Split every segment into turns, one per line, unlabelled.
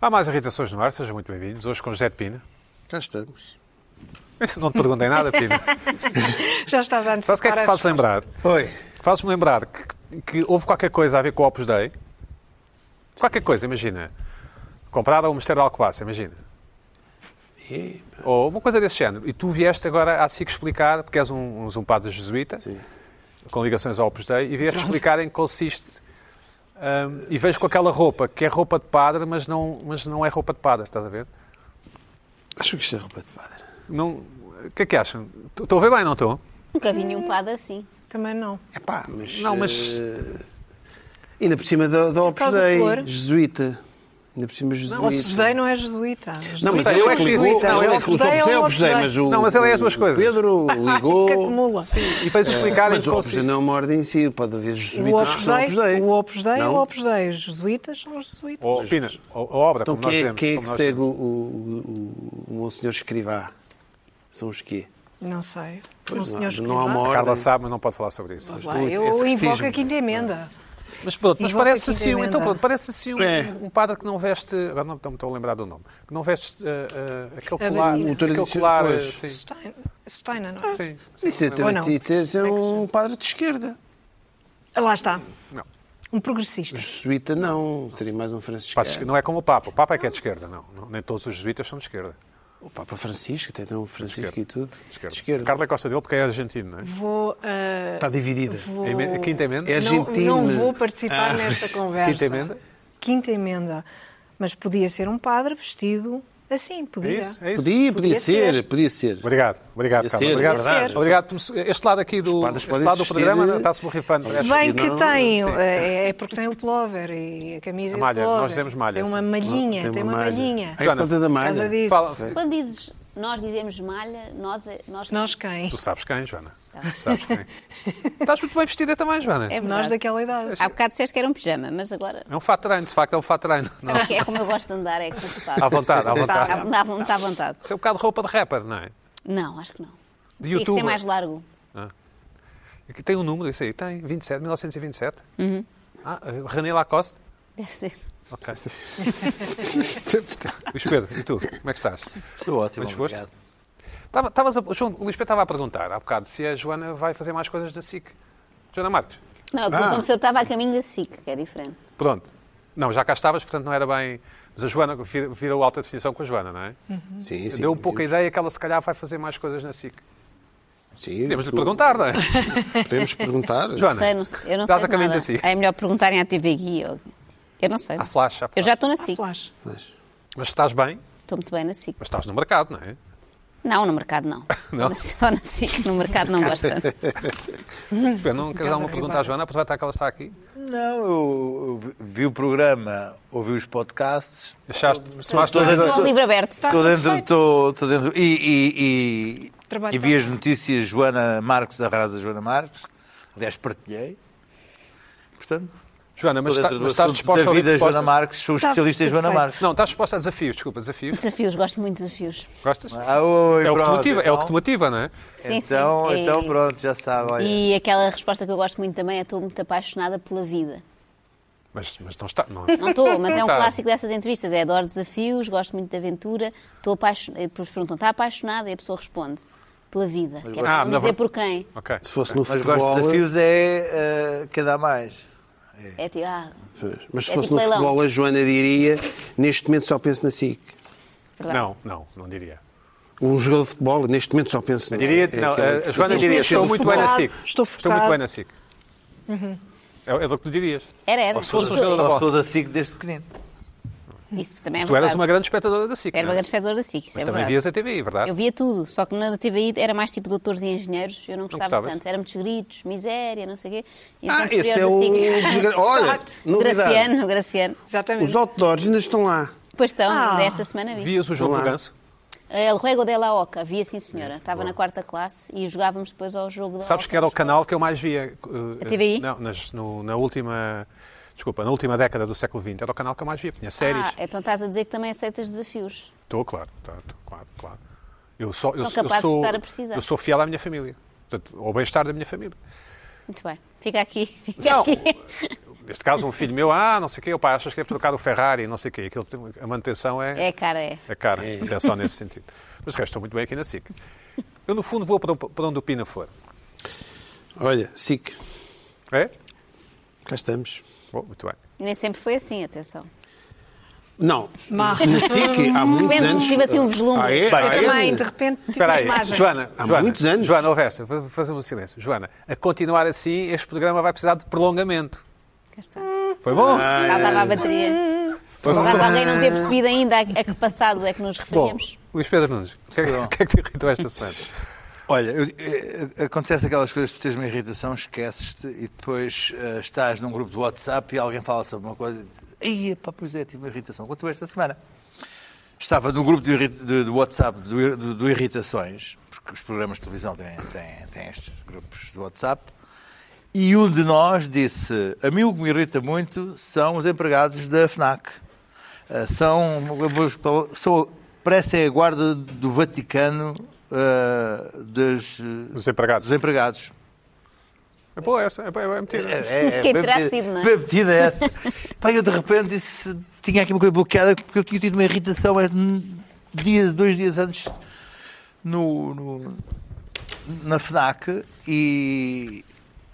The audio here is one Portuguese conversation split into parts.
Há mais irritações no ar, sejam muito bem-vindos. Hoje com José de Pina.
Cá estamos.
Não te perguntei nada, Pina.
Já estás antes
Sabe o que é que me fazes lembrar?
Oi.
Fazes-me lembrar que, que houve qualquer coisa a ver com o Opus Dei. Qualquer coisa, imagina. Comparado ao Mosteiro de Alcobaça, imagina.
E,
Ou uma coisa desse género. E tu vieste agora a SIC explicar, porque és um, um, um padre jesuíta, com ligações ao Opus Dei, e vieste explicar em que consiste. hum, e vejo com aquela roupa, que é roupa de padre, mas não, mas não é roupa de padre, estás a ver?
acho que isto é roupa de padre.
Não, o que é que acham? Estou a ver bem, não estou?
Nunca vi nenhum padre assim.
Também não.
É pá, mas.
Não, mas-
eh, ainda por cima da, da Opus
causa da
Dei,
cor.
jesuíta. Ainda por cima jesuíta.
O Sudei não é jesuíta.
Não, mas
Jesuíta
ele
é
é que ligou.
jesuíta.
Não, ele é que ligou.
Opus
Opus Dei é
Dei é
Opus Dei,
Opus Dei.
mas o.
Não, mas ele é as duas
o
coisas.
Pedro
Que
ligou.
acumula.
E fez explicar em
Mas
que
o Opus Dei
consiste.
não é uma ordem em si. Pode haver
O
jesuítas que
Opus
são Opus Dei.
Dei, o Opus Dei, é
Não?
o Opus Dei. Os jesuítas são os jesuítas.
Ou, Pina, ou- ou obra,
Então
como nós
quem é,
dizemos.
quem é
como
que
nós
segue
dizemos.
o, o, o, o Monsenhor Escrivá? São os quê?
Não sei.
Pois
Não,
não,
senhores
não há uma
privados.
A Carla
ordem.
sabe, mas não pode falar sobre isso.
Lá,
é
Eu
secretismo.
invoco a quinta emenda.
Mas pronto, mas
E volta
parece
aqui
assim,
da
um-
emenda.
então pronto, parece assim um,
É.
um padre que não veste, agora não me estou a lembrar do nome, que não veste eh, eh, aquele
A
colar,
batina. O
aquele
tradicio-
colar, eh,
pois.
sim, sim.
Stein- Steiner, não é?
Isso é ter,
Ou não.
ter é um padre de esquerda. Ah.
Lá está.
Não.
Um progressista.
Jesuíta não, seria mais um franciscano.
Pá, não é como o Papa, o Papa é que é de esquerda, não, não, nem todos os jesuítas são de esquerda.
O Papa Francisco, até tem um Francisco e tudo. De
esquerda.
esquerda.
Carla Costa dele porque é argentino, não é?
Vou. ah,
Está dividida.
vou-
A emen- a quinta emenda?
É
Não,
argentina.
não vou participar
Ah,
nesta
pois.
conversa.
Quinta emenda?
Quinta emenda. Mas podia ser um padre vestido assim,
É
podia.
isso? É isso?
Podia, podia,
Podia
ser,
ser.
podia ser.
Obrigado, obrigado,
Ia
Carla.
ser,
obrigado,
é verdade.
obrigado por me- Este lado aqui do,
padres
este
podem
lado do
assistir
programa
de-
está-se borrifando.
Se
Parece
bem
que
que
não,
tem,
sim.
é é porque tem o plover e a camisa
A
e o
malha,
plover.
nós dizemos malha,
Tem uma
sim.
malhinha, tem, uma malhinha.
É por causa da
Por
malha.
causa disso.
Fala-
Quando dizes, nós dizemos malha, nós. é, nós,
Nós quem?
Tu sabes quem, Joana? Sabes quem? Estás muito bem vestida também, Joana.
Tá. É
Nós
verdade.
daquela idade.
Ah,
Há bocado disseste que era um pijama, mas agora.
É um fato de treino, de facto, é um fato de treino. Não.
Sabe que é como eu gosto de andar, é confortável.
À vontade, à vontade.
Dá- dá- Dá-me à vontade.
Isso é um bocado de roupa de rapper, não é?
Não, acho que não.
De
Tem que
youtuber.
ser é mais largo.
E que Tem um número, isso aí, tem, 27, 1927.
Uhum.
Ah, eh, René Lacoste.
Deve ser.
Ok. Luís Pedro, e tu, como é que estás?
Estou ótimo,
Bem disposto?
obrigado.
Tava, tavas a, João, o Luís Pedro estava a perguntar há bocado se a Joana vai fazer mais coisas na SIC. Joana Marques,
Não,
Ah.
porque como se eu estava a caminho da SIC, que é diferente.
pronto. Não, já cá estavas, portanto não era bem. Mas a Joana vira, vira o alta definição com a Joana, não é?
Sim, sim.
Deu um pouco a ideia que ela se calhar vai fazer mais coisas na SIC.
Sim,
Temos de lhe
tu-
perguntar, não é?
Podemos perguntar.
Joana.
Sei, não sei- eu não
Tá, né? Estás
sei
a
de
caminho
nada.
da SIC.
É melhor perguntarem à TV Guia. ou- Eu não sei.
Há flash, há
Eu
flash.
já estou na
Há
SIC.
flash.
Mas estás bem,
Estou muito bem na SIC.
mas estás no mercado, não é?
Não, no mercado não.
Não?
Só na SIC, no mercado não gosto tanto. Hum.
Eu não quero dar uma pergunta à Joana, aproveitar que ela está aqui.
Não, eu, eu vi vi o programa, ouvi os podcasts.
Achaste, somaste
Todas-
dois
Só o livro aberto.
Estou dentro, estou, estou dentro. E, e, e,
Trabalho
e vi as
bem.
notícias Joana Marques, arrasa Joana Marques. Aliás, partilhei. Portanto,
Joana, mas,
estou
está,
dentro do
mas estás
assunto
disposta a
da
ouvir
vida de Joana
propostas?
Marques, sou o
Está
especialista em Joana
perfeito.
Marques.
Não, estás disposta a desafios, desculpa, desafios.
Desafios, gosto muito de desafios.
Gostas?
Ah, oi,
é, o que te
pronto,
motiva, é o que te
então.
motiva, não é?
Sim,
então,
sim.
então
E-
pronto, já sabe. Olha.
E aquela resposta que eu gosto muito também é estou muito apaixonada pela vida.
Mas, mas não está. Não,
Não estou, mas é um
Tá.
clássico dessas entrevistas. É adoro desafios, gosto muito de aventura, estou apaixonada. Depois perguntam, está apaixonada? E a pessoa responde, pela vida. Que
Ah,
é para não
na
dizer
ver-
por quem.
ok.
Se fosse no
Mas gosto
futebol.
de desafios é eh, quem dá mais.
É tipo, ah,
Pois, Mas se
É
fosse
tipo
no
leilão.
futebol, a Joana diria: neste momento só penso na SIC.
verdade.
Não, não, não diria.
Um jogador de futebol, neste momento só penso na
diria
é
não,
aquele-
a Joana
aquele
diria:
clichê
estou
do
muito bem
futebol.
na
focado,
SIC.
estou
muito
focado.
bem na SIC. É, é do que tu dirias.
Era, era.
Ou se fosse um
Isto-
jogador da
Eu
bola.
sou da SIC desde pequenino.
Isso também é
Tu eras
verdade.
uma grande espectadora da SIC.
Era
não é?
uma grande espectadora da SIC, isso
Mas
é
também
verdade.
vias a TV, verdade?
Eu via tudo, só que na TVI era mais tipo doutores e engenheiros, eu não gostava
gostavas?
tanto. Era muitos gritos, miséria, não sei o quê. E
Ah,
então
esse é o.
preferia os da SIC.
desgra- Olha, novidade.
Graciano, Graciano.
Os
Exatamente.
outdoors ainda estão lá.
Pois estão,
Ah.
desta semana vi.
Vias o jogo
Olá.
do Ganso.
El Juego de la Oca, via
É,
sim senhora. Estava na quarta classe e jogávamos depois ao jogo da
Sabes
Oca.
que era o canal que eu mais via. eh,
A TVI?
Não, nas- no- na última. Desculpa, na última década do século XX era o canal que eu mais via. Tinha séries.
Ah, então estás a dizer que também aceitas desafios.
Estou, claro. tá, tô, claro, claro. Eu, só, eu,
São
sou- eu
capazes de
sou,
estar a precisar.
Eu sou fiel à minha família. Portanto, ao bem-estar da minha família.
Muito bem. Fica aqui. Fica
Não,
aqui.
neste caso, um filho meu, ah, não sei o quê, o pai, achas que deve trocar o Ferrari, não sei o quê. Aquilo tem- a manutenção é,
É, cara, é.
é cara, atenção nesse sentido. Mas de resto, estou muito bem aqui na SIC. Eu, no fundo, vou para o- para onde o Pina for.
Olha, SIC,
É?
cá estamos.
Bom, muito bem.
Nem sempre foi assim, atenção.
Não,
Má.
na SIC há muitos
repente
anos.
tive assim um vislumbre.
Ah, é?
Bem,
Ah, é?
Também, de repente, tive
Espera
uma
aí,
imagem.
Joana,
Há
Joana,
muitos anos.
Joana, houve esta, vou fazer um silêncio. Joana, a continuar assim, este programa vai precisar de prolongamento.
Cá está.
Foi bom?
Ah,
Faltava
é.
a bateria. Faltava alguém não ter percebido ainda a a que passado é que nos
bom,
referíamos.
Luís Pedro Nunes, o que, é, que- o que é que te irritou esta semana?
Olha, eu- eh, acontece aquelas coisas que tu tens uma irritação, esqueces-te e depois eh, estás num grupo de WhatsApp e alguém fala sobre uma coisa e diz, "Ei, pá, pois é, tive uma irritação. Aconteceu esta semana. Estava num grupo de, irri- de- de WhatsApp do, ir- do- do Irritações, porque os programas de televisão têm, têm- têm estes grupos de WhatsApp, e um de nós disse, a mim o que me irrita muito são os empregados da FNAC. Ah, São, são parecem a guarda do Vaticano ah, das,
Dos empregados.
dos empregados.
É boa essa, é, boa, é mentira.
É, é,
Quem
bem
terá
metida-
sido, não é?
Bem metida essa. Pá, eu de repente disse, tinha aqui uma coisa bloqueada porque eu tinha tido uma irritação é, n- dias, dois dias antes no, no- na FNAC e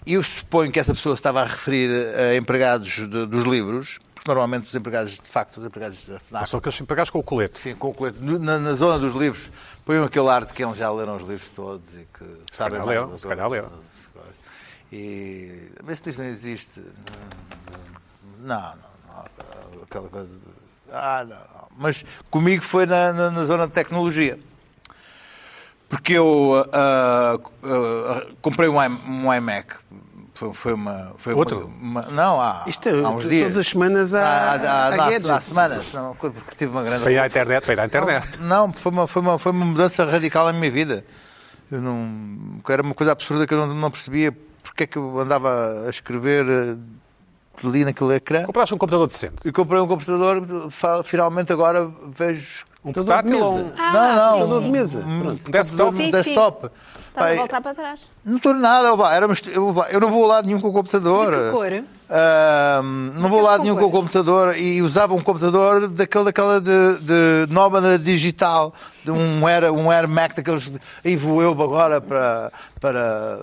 eu suponho que essa pessoa se estava a referir a empregados de- dos livros, porque normalmente os empregados, de facto, os empregados da FNAC
São aqueles empregados com o colete.
Sim, com o colete. No- Na, na zona dos livros, põem aquele ar de quem já leram os livros todos e que sabem
calhar
mais
leram,
das
se calhar
outras
leram.
coisas. E. Mas esse livro não existe. Não, não, não. não. Aquela coisa. de- Ah, não, não. Mas comigo foi na, na- na zona de tecnologia. Porque eu ah, ah, comprei um, i- um iMac. Foi, foi uma. Foi
Outro?
Uma, não, há,
Isto é-
há uns
todas
dias.
as semanas há- há
há,
gadgets.
há semanas. Não, porque tive uma grande.
Para ir à internet, para ir à internet.
Não, não, foi, uma, foi, uma, foi uma mudança radical na minha vida. Eu não, era uma coisa absurda que eu não, não percebia porque é que eu andava a escrever eh, ali naquele ecrã.
Compraste um computador decente.
E comprei um computador, fa- finalmente agora vejo.
Um
Computador de
portátil ou
mesa.
um
não, não,
Mas
um,
de mesa. Pronto.
um desktop?
Ah, Sim, sim.
desktop.
Estás
Pá,
a voltar para trás.
não estou nada, ó, vá, era uma estu- eu, vá, eu não vou a lado nenhum com o computador.
De que cor?
Ah, não vou a lado nenhum com o computador e usava um computador daquele, daquela de, de nómada digital, de um Air, um Air Mac daqueles. E vou eu agora para, para,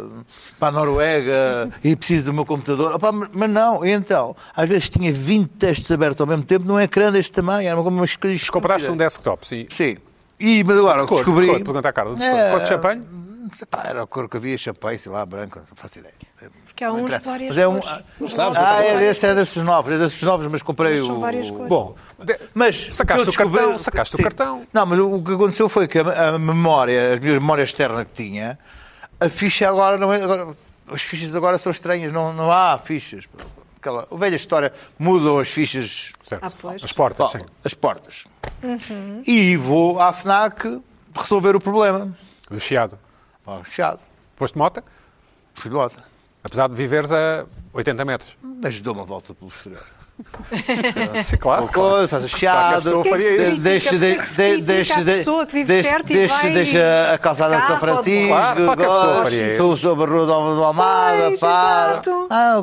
para a Noruega e preciso do meu computador. Opa, mas não, e então, às vezes tinha 20 textos abertos ao mesmo tempo num ecrã deste tamanho, era uma coisa escondida.
Compraste um desktop, sim.
Sim. E, mas agora,
Cor,
descobri. É.
cor, pergunta à Carla, de cor. Cor de champanhe?
Pá, Hum, era a cor que havia, champanhe, sei lá, branca, não faço ideia.
Porque há uns de
Interessa.
várias
Mas é um.
cores.
então,
Ah, é desses, é desses novos, é desses novos, mas comprei
Mas são
o.
várias cores.
Bom, de-
Mas
sacaste
eu
o cartão,
descobri-
sacaste
Sim.
o cartão.
Não, mas o que aconteceu foi que a, a memória, as minhas memórias externas que tinha, a ficha agora não é. Agora, as fichas agora são estranhas, não, não há fichas. Aquela velha história, mudam as fichas
Certo.
Ah, pois.
As portas,
Bom,
sim.
as portas.
Uhum.
E vou à FNAC resolver o problema.
Do Chiado.
Bom, fechado,
Foste de mota,
fui de volta.
apesar de viveres a 80 metros.
Mas dou uma volta pelo exterior.
Sim, claro. claro.
Coisa, Ah, faz o chiado,
pessoa faria isso.
de- deixa
Porque é que se critica a pessoa que vive perto e vai
deixa a calçada de São
carro,
Francisco,
Claro, qualquer pessoa faria isso.
sou sobre a rua do, do Almada, Ah,
Pois,
para.
exato.
eu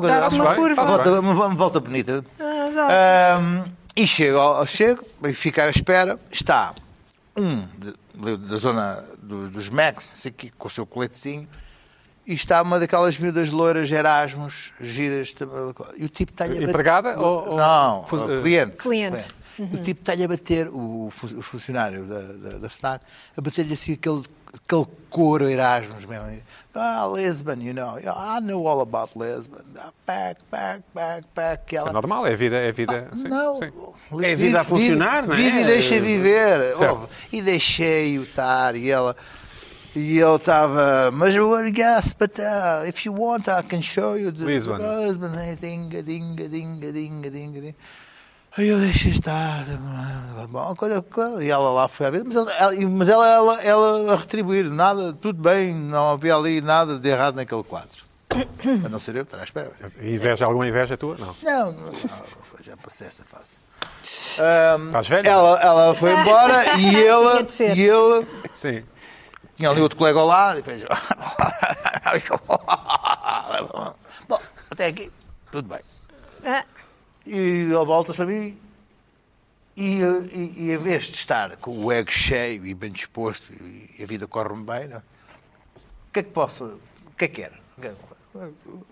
Dá-se
gosto.
uma Faz bem, curva. faz
Volta,
bem.
uma volta bonita.
Ah, exato.
Ahm, e chego, ao- chego e fico à espera. Está um de- da zona do- dos Max, não sei o quê, com o seu coletezinho, e está uma daquelas miúdas loiras, Erasmus, giras. tam- E o tipo está-lhe a
Empregada
bater-
ou- ou-
Não, é
fu-
o
eh,
cliente.
Cliente. Uhum.
O tipo está-lhe a bater, o, fu- o funcionário da, da, da FNAC, a bater-lhe assim aquele, aquele couro Erasmus mesmo. Ah, Lisbon, you know. I know all about Lisbon. Ah, Back, back, back, back. E
Isso é
ela,
normal, é a vida. É a vida sim,
não.
sim.
É a vida a Ah, funcionar, não é?
Vive e deixa viver.
Certo.
Ouve, e deixei-o estar. E ela. E ele estava, mas well, yes, but uh, if you want, I can show you the
Lisbon.
the Lisbon. E Dinga, dinga, dinga, dinga, dinga, dinga. Aí eu deixei estar. Bom, coisa, coisa. E ela lá foi à vida. Mas ela, ela- mas ela, ela, ela a retribuir, nada, tudo bem, não havia ali nada de errado naquele quadro. A não ser eu, estar à espera.
Inveja, alguma inveja é tua? Não.
Não,
Então.
não, não, já passei esta fase.
Estás velho?
Ela, ela foi embora
Tinha
e
de
ele,
ser.
e ele
Sim.
tinha ali outro colega ao lado e fez. Bom, até aqui, tudo bem.
Ah,
E ele volta-se para mim e, e, e em vez de estar com o ego cheio e bem disposto e, e a vida corre-me bem, não é? o que é que posso, o que é que era? Eu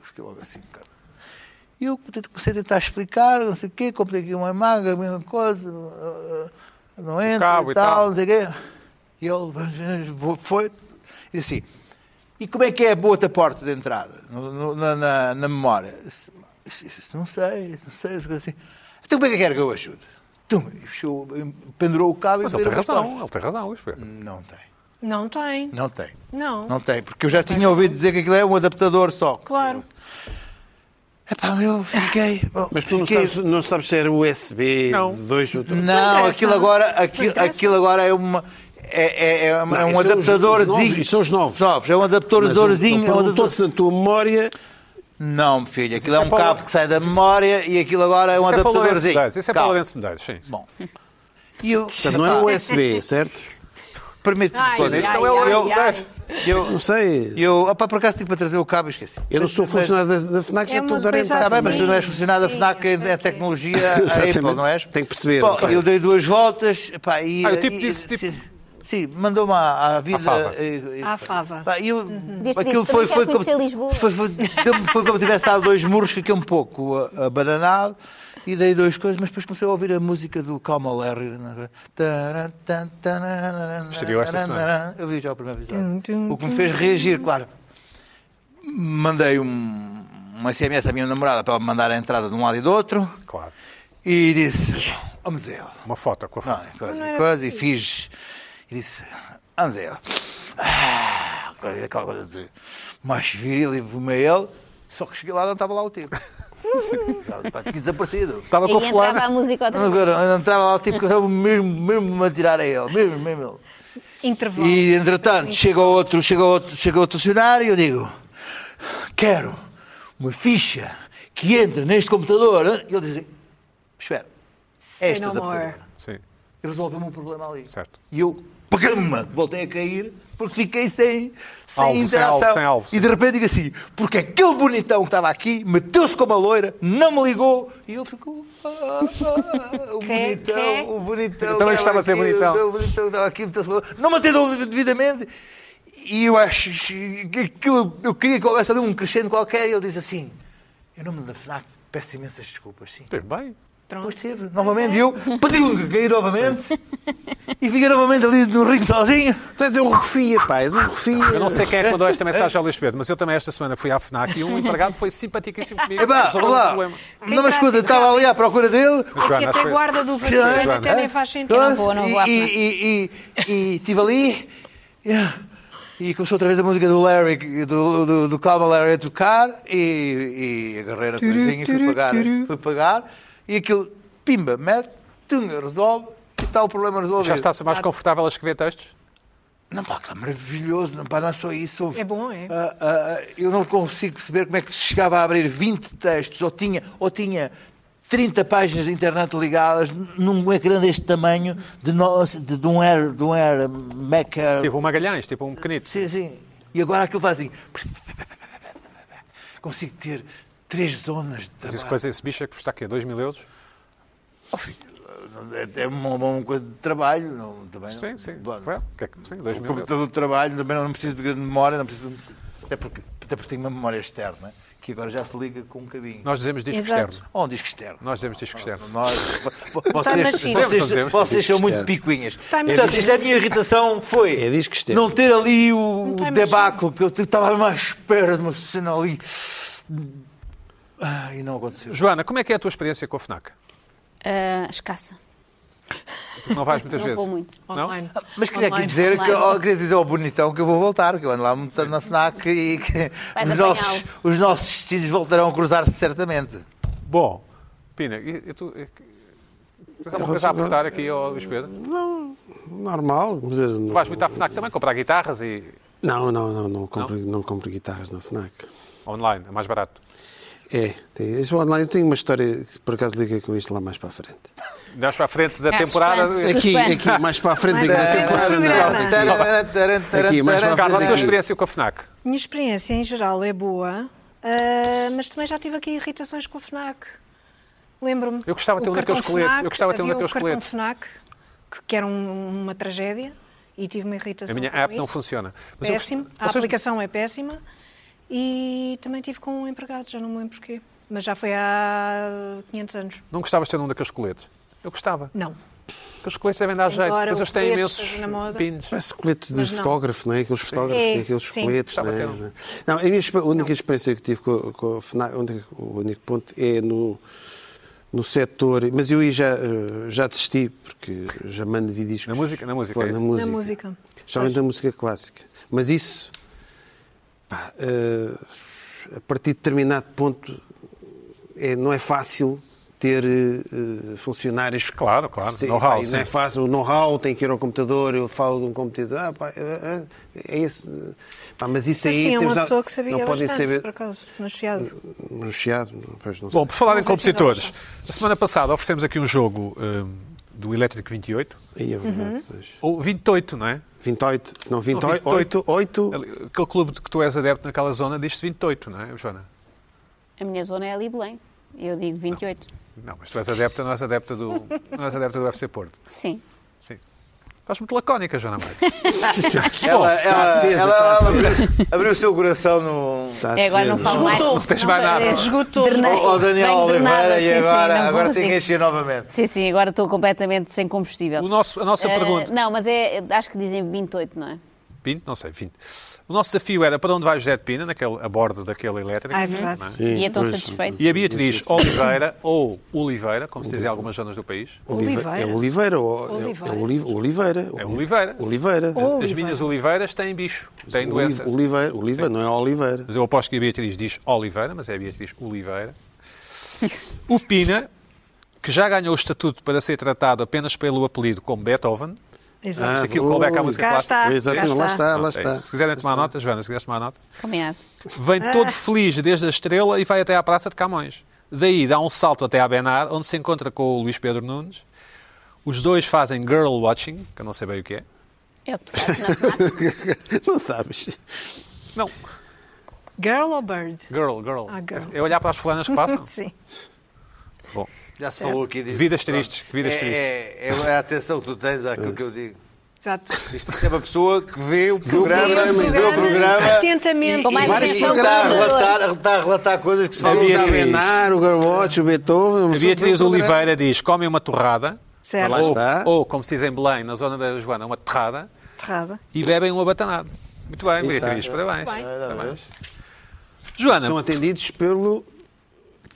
Fiquei logo assim, cara. E eu tento- comecei a tentar explicar, não sei o quê, comprei aqui uma maga, a mesma coisa, ah, ah, não entra
cabo
e
e
tal,
tal.
não sei o quê. E ele foi e disse assim, e como é que é a boa da porta de entrada, no- no- na, na- na memória? Eu disse, "Isso- isso Não sei, isso não sei, isso assim. Então como é que quer que eu ajude? Tum, e fechou, pendurou o cabo
Mas
e
ele tem
pendurou as
razão,
costas.
ele tem razão, Luís Pedro.
Não tem,
não tem.
não tem.
Não.
Não tem, porque eu já tinha ouvido dizer que aquilo é um adaptador só.
Claro.
Epá, eu fiquei.
Mas tu não
fiquei-
sabes, não sabes se era USB,
Não.
dois ou três.
Não,
interessa.
aquilo agora, aquilo,
interessa.
aquilo agora é uma. É, é- é uma- é
Não, isso são
um
os- os
adaptadorzinho.
novos, isso são os novos.
É um adaptadorzinho. é um adaptador-
todos na tua memória.
Não, filho, aquilo é
isso
um
é para o-
cabo que sai da memória e aquilo agora é um
Isso é para o Lourenço
adaptadorzinho.
Medeiros, isso é para o
Calma.
Lourenço Medeiros, sim.
Bom. E eu.
Portanto, não é USB, certo?
Permite-me.
Ai,
coisa.
Isto não é o
Ai,
Lourenço
ai, ai.
Medeiros.
Eu.
Não sei.
Eu. Opá, por acaso tive para trazer o cabo e esqueci.
Eu não sou
Mas-
funcionário da, da FNAC, já
É uma
estou
coisa
desorientado.
Está bem, mas
Sim,
tu não és funcionário da
sim,
FNAC, é,
não sei
é
o quê.
tecnologia é
Exatamente.
Apple, não és?
Tem que perceber,
Bom,
claro.
eu dei duas voltas. Pá, e,
Ah, o tipo
e-
disse, tipo-
Sim, sim, mandou-me à, à vida.
À fava.
e- e-
À fava. Uhum.
Pá, eu,
Devias ter
Aquilo
dito,
foi,
também quero
foi, como,
conhecer Lisboa.
foi, foi, deu-me- foi como tivesse dado dois murros, fiquei um pouco a- abananado e dei duas coisas, mas depois comecei a ouvir a música do Calma Larry. né? Taran, tan, taran,
Estreou esta
taran,
semana.
taran. Ah, Eu vi já o primeiro
Tum,
episódio.
tum,
O que me fez reagir, claro mandei um, um SMS à minha namorada para ela me mandar a entrada de um lado e do outro
Claro.
e disse: Vamos a ele.
Uma foto com a
Não,
foto.
e coisa,
Não
e
era
coisa, e fiz. E disse: Vamos a ele. Ah, coisa- aquela coisa de mais viril e vomei ele. Só que cheguei lá não estava lá o tipo. Estava Desaparecido.
Estava com a
E entrava a
fulana.
música outra vez.
Agora, não estava lá o tipo, que eu estava mesmo, mesmo me atirar a ele. Mesmo, mesmo ele.
Intervalo.
E entretanto, chega outro, chega outro, chega outro funcionário e eu digo: Quero uma ficha que entre neste computador. E ele diz: Espera,
Say
esta
no
da
more.
pessoa.
Sim,
E resolveu-me um problema ali.
certo.
E eu, pagama, voltei a cair porque fiquei sem, sem
Alvo, sem
interação.
alvo, sem alvo, sim.
e de repente digo assim: Porque aquele bonitão que estava aqui meteu-se com uma loira, não me ligou e eu fico. "Ah, ah, o
Que-
bonitão,
que-
o bonitão.
Eu também gostava de ser
Estava aqui,
bonitão.
o bonitão estava aqui, meteu-se- não me atendeu devidamente. E eu acho que aquilo, eu queria que houvesse ali um crescendo qualquer. E ele diz assim: Em nome da FNAC, peço imensas desculpas. Sim.
Esteve bem.
Depois
Pronto.
teve, novamente, e eu pedi-lhe cair novamente e fiquei novamente ali no ringue sozinho.
Tu és um refia, pá, és um refia.
Eu não sei quem é que mandou esta mensagem ao Luís Pedro, mas eu também esta semana fui à FNAC e um empregado foi simpaticíssimo comigo.
Epá,
resolveu o
olá,
um problema.
não me
Quem
escuta,
está
estava ali à procura dele.
Porque
Joana, acho
até
que-
guarda do Vaticano
Joana,
até nem
é?
faz sentido.
Não vou, não vou à
E-
FNAC.
E e- e- e estive ali e, e começou outra vez a música do Larry, do, do, do Calma Larry a tocar e, e agarrei na
Turu,
coisinha e fui
turu,
pagar,
turu.
fui pagar e aquilo, pimba, mete, tunga, resolve e está o problema resolvido.
Já está-se mais confortável a escrever textos?
Não, pá, que é maravilhoso, não, pá, não é só isso. ouve.
É bom, é?
Ah, ah, ah, eu não consigo perceber como é que se chegava a abrir 20 textos ou tinha, ou tinha 30 páginas de internet ligadas num ecrã deste tamanho de, no, de, de um Air, de um Air Mac Air.
Tipo um Magalhães, tipo um pequenito.
Sim, sim. E agora aquilo faz assim. Consigo ter três zonas de
Mas isso,
trabalho.
coisa, esse bicho é que custa aqui 2 mil euros?
Oh, filho, é- É uma, uma coisa de trabalho. Não, também, não-
Sim, sim.
Bom,
Well, que é que- sim, 2
O
mil euros.
computador de trabalho também não preciso de grande memória, não preciso de- até, porque, até porque tenho uma memória externa, é? que agora já se liga com um cabinho.
Nós dizemos disco
Exato.
externo.
Ou um disco externo.
Nós dizemos disco externo.
Nós- vo- vo-
na
vocês,
China.
vocês, vocês,
Dizemos.
são muito
externo.
picuinhas.
Está na
Portanto,
China.
isto é a minha irritação foi
É disco externo.
não ter ali o
está na
debacle, que eu t- estava mesmo à espera de uma cena assim, ali. Ah, e não aconteceu.
Joana, como é que é a tua experiência com a FNAC?
Ah, escassa.
Porque não vais muitas
Não
vezes.
vou muito.
Online.
Mas queria aqui
Online.
dizer, que,
Online.
oh, queria dizer ao bonitão que eu vou voltar, que eu ando lá muito na FNAC e que
Vais
os
apanhá-lo.
nossos, os nossos destinos voltarão a cruzar-se certamente.
Bom, Pina, e, e tu... e- Tens alguma coisa a aportar aqui ao Luís Pedro?
Não, normal. Mas eu não,
Tu vais muito à FNAC também, comprar guitarras e
Não, não, não, não compro, não? compro guitarras na FNAC.
online, é mais barato.
É, tem, isso online, eu tenho uma história que por acaso liga com isto lá mais para a frente.
Dás para a frente da
É,
Ah,
temporada...
suspense.
Aqui,
Suspense.
aqui, mais para a frente liga na
Mais para a
temporada,
frente.
não. é Aqui, mais para a
Carla, a tua
Aqui.
experiência com a FNAC?
Minha experiência em geral é boa, ah, mas também já tive aqui irritações com a FNAC. Lembro-me.
Eu gostava de ter
o
um daqueles
cartão
coletes,
FNAC,
eu gostava de ter um
havia
daqueles
o cartão
coletes.
FNAC, que, que era um- uma tragédia, e tive uma
A
irritação.
minha
com
app não
isso.
funciona. Mas eu gost-
Péssimo. A
Vocês-
aplicação é péssima. E também tive com um empregado, já não me lembro porquê. Mas já foi há 500 anos.
Não gostavas de ter um daqueles coletes? Eu gostava.
Não.
Porque os coletes devem dar jeito,
Embora
mas
o
eles têm
colete
imensos
esteja na moda.
pinos.
Parece colete de
Mas não.
fotógrafo, não é? Aqueles fotógrafos,
É,
têm aqueles
sim.
coletes. Não,
Gostava
é?
de ter um.
não, a minha exp- a única experiência que tive com, com a FNAC, o único, o único ponto é no, no setor, mas eu aí já, eh, já desisti, porque já mando vídeos.
Na música? Na música,
Foi,
é
na
isso?
música.
Na música.
Especialmente na música clássica. Mas isso, pá, eh, a partir de determinado ponto, é- não é fácil ter eh, eh, funcionários
Claro, claro.
se tem-
Know-how,
pá, e
sim.
Não é fácil. O know-how tem que ir ao computador, eu falo de um computador. Ah, pá, é, é esse. Pá, mas isso
Mas
aí.
tinha é uma
temos a-
pessoa que sabia
não podem
bastante,
saber.
por acaso, no Chiado.
No Chiado, não, pois não
Bom, por falar
Não
em
sei se ainda
compositores, a semana passada oferecemos aqui um jogo hum, do Elétrico 28,
sei. Aí é verdade. pois.
ou 28, não é?
28, não, 28,
28.
8, 8.
Ali- Aquele clube de que tu és adepto naquela zona diz-se 28, não é, Joana?
A minha zona é ali Belém. Eu digo 28.
Não, mas tu és adepta, não és adepta do, não és adepta do FC Porto.
Sim.
Sim. Estás muito lacónica, Joana Marques.
tá
Ela,
à
ela,
defesa,
ela-
tá à
ela abriu, abriu o seu coração no.
Está
É, agora não
defesa.
falo mais.
Esgotou.
Ah, Não tens mais
Ah,
É,
nada.
Esgotou.
Drenei.
Tá. Ó ó, Daniel
Bem drenada,
Oliveira e
sim, sim,
agora,
não vou
agora tem
conseguir.
que encher novamente.
Sim, sim, agora estou completamente sem combustível.
O nosso, a nossa
Eh,
pergunta.
Não, mas é, acho que dizem 28, não é?
20? Não sei, 20. O nosso desafio era para onde vai José de Pina, naquele, a bordo daquele elétrico.
Ah, é verdade.
não é?
Sim,
E é tão
pois.
satisfeito.
E a Beatriz Oliveira ou Oliveira, como se diz em algumas zonas do país.
Oliveira. É Oliveira.
Oliveira.
ou- é-
Oliveira.
É Oli- Oliveira.
É Oliveira.
Oliveira.
Ou-
As
Oliveira.
minhas oliveiras têm bicho, têm
Oliveira.
doenças.
Oliveira. Oliveira, não é Oliveira.
Mas eu aposto que a Beatriz diz Oliveira, mas é a Beatriz Oliveira. O Pina, que já ganhou o estatuto para ser tratado apenas pelo apelido como Beethoven.
Exato.
Isto aqui o callback à
Ah, ui.
é música
Cá
clássica.
está.
Exatamente,
cá
lá
Ah, está.
está, lá
Pronto, é
está.
isso. Se quiserem tomar nota, Joana, se quiseres tomar nota.
Combinado.
Vem
Ah.
todo feliz desde a Estrela e vai até à Praça de Camões. Daí dá um salto até à Benar, onde se encontra com o Luís Pedro Nunes. Os dois fazem girl watching, que eu não sei bem o que é.
É o que tu fazes na FNAC.
Não sabes.
Não,
Girl ou bird?
girl, girl.
Ah, girl.
É olhar para as fulanas que passam.
Sim.
Bom,
Já se falou aqui disso.
Vidas tristes,
Pronto.
vidas
é,
tristes.
É, é a atenção que tu tens àquilo que eu digo.
Exato.
Isto é uma pessoa que vê o
programa,
programa,
mas
vê o
programa
programa.
atentamente.
e-
Com mais
e vários
atenção que o
programas.
computador.
Relatar, relatar, relatar coisas que se falam.
Havia-
Vamos a
Beatriz.
Benar, o Garwatch, o Beethoven.
a
mas
Beatriz
outro programa.
Oliveira diz: comem uma torrada.
Certo.
Lá
Ou,
está.
ou, como se diz em Belém, na zona da Joana, uma terrada.
Terrada.
E bebem um abatanado. Muito bem,
está.
Beatriz, parabéns.
Bem.
é?
parabéns.
São
Joana,
atendidos pelo.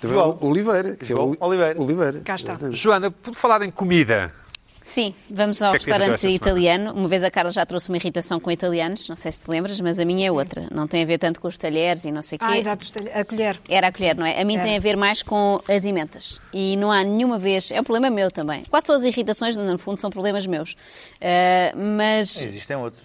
também
João.
o Oliveira. Que é o
João Oliveira.
Oliveira.
Cá está.
Exatamente.
Joana, por falar em comida,
Sim, vamos ao
O que é que te irritou
restaurante
esta semana?
italiano. Uma vez a Carla já trouxe uma irritação com italianos, não sei se te lembras, mas a minha é outra. Não tem a ver tanto com os talheres e não sei o quê.
Ah, exato. estalha- A colher.
Era a colher, não é? A mim
Era.
tem a ver mais com as emendas. E não há nenhuma vez. É um problema meu também. Quase todas as irritações, no fundo, são problemas meus. Ah, mas.
Existem outros.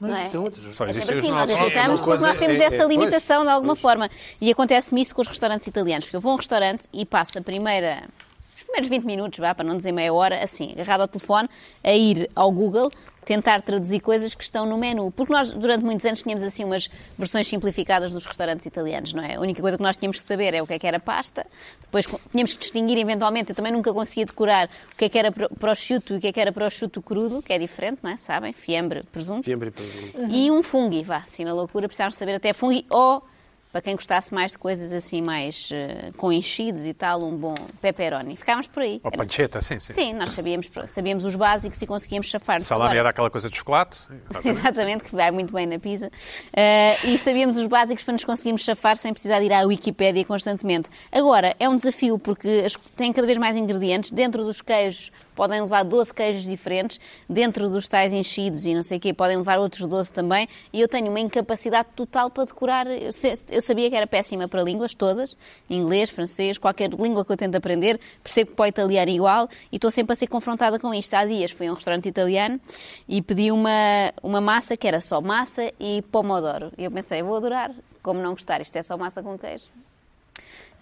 Não é?
outros.
só
É
existem
para
os
sim, nós
nossos.
É uma
irritamos porque
coisa-
nós temos
é- é-
essa
pois.
limitação de alguma forma. E acontece-me isso com os restaurantes italianos, que eu vou a um restaurante e passo a primeira, os primeiros 20 minutos, vá, para não dizer meia hora, assim, agarrado ao telefone, a ir ao Google tentar traduzir coisas que estão no menu. Porque nós, durante muitos anos, tínhamos assim umas versões simplificadas dos restaurantes italianos, não é? A única coisa que nós tínhamos que saber é o que é que era pasta, depois co- tínhamos que distinguir eventualmente, eu também nunca conseguia decorar o que é que era pro- prosciutto e o que é que era prosciutto crudo, que é diferente, não é? Sabem? Fiambre, presunto
Fiambre e presunto.
e um fungi, vá, assim na loucura, precisávamos saber até fungi ou, para quem gostasse mais de coisas assim mais eh, com enchidos e tal, um bom pepperoni. Ficámos por aí.
Ou
Era-
Oh, pancheta, sim, sim.
Sim, nós sabíamos, sabíamos os básicos e conseguíamos chafar.
Salame era aquela coisa de chocolate.
Exatamente, que vai muito bem na pizza. Eh, e sabíamos os básicos para nos conseguirmos chafar sem precisar de ir à Wikipédia constantemente. Agora, é um desafio porque as- tem cada vez mais ingredientes. Dentro dos queijos podem levar 12 queijos diferentes, dentro dos tais enchidos e não sei o quê, podem levar outros 12 também. E eu tenho uma incapacidade total para decorar. Eu, se- eu sabia que era péssima para línguas todas, inglês, francês, qualquer língua que eu tento aprender, percebo que para o italiano é igual e estou sempre a ser confrontada com isto. Há dias fui a um restaurante italiano e pedi uma, uma massa que era só massa e pomodoro. E eu pensei, vou adorar, como não gostar, isto é só massa com queijo.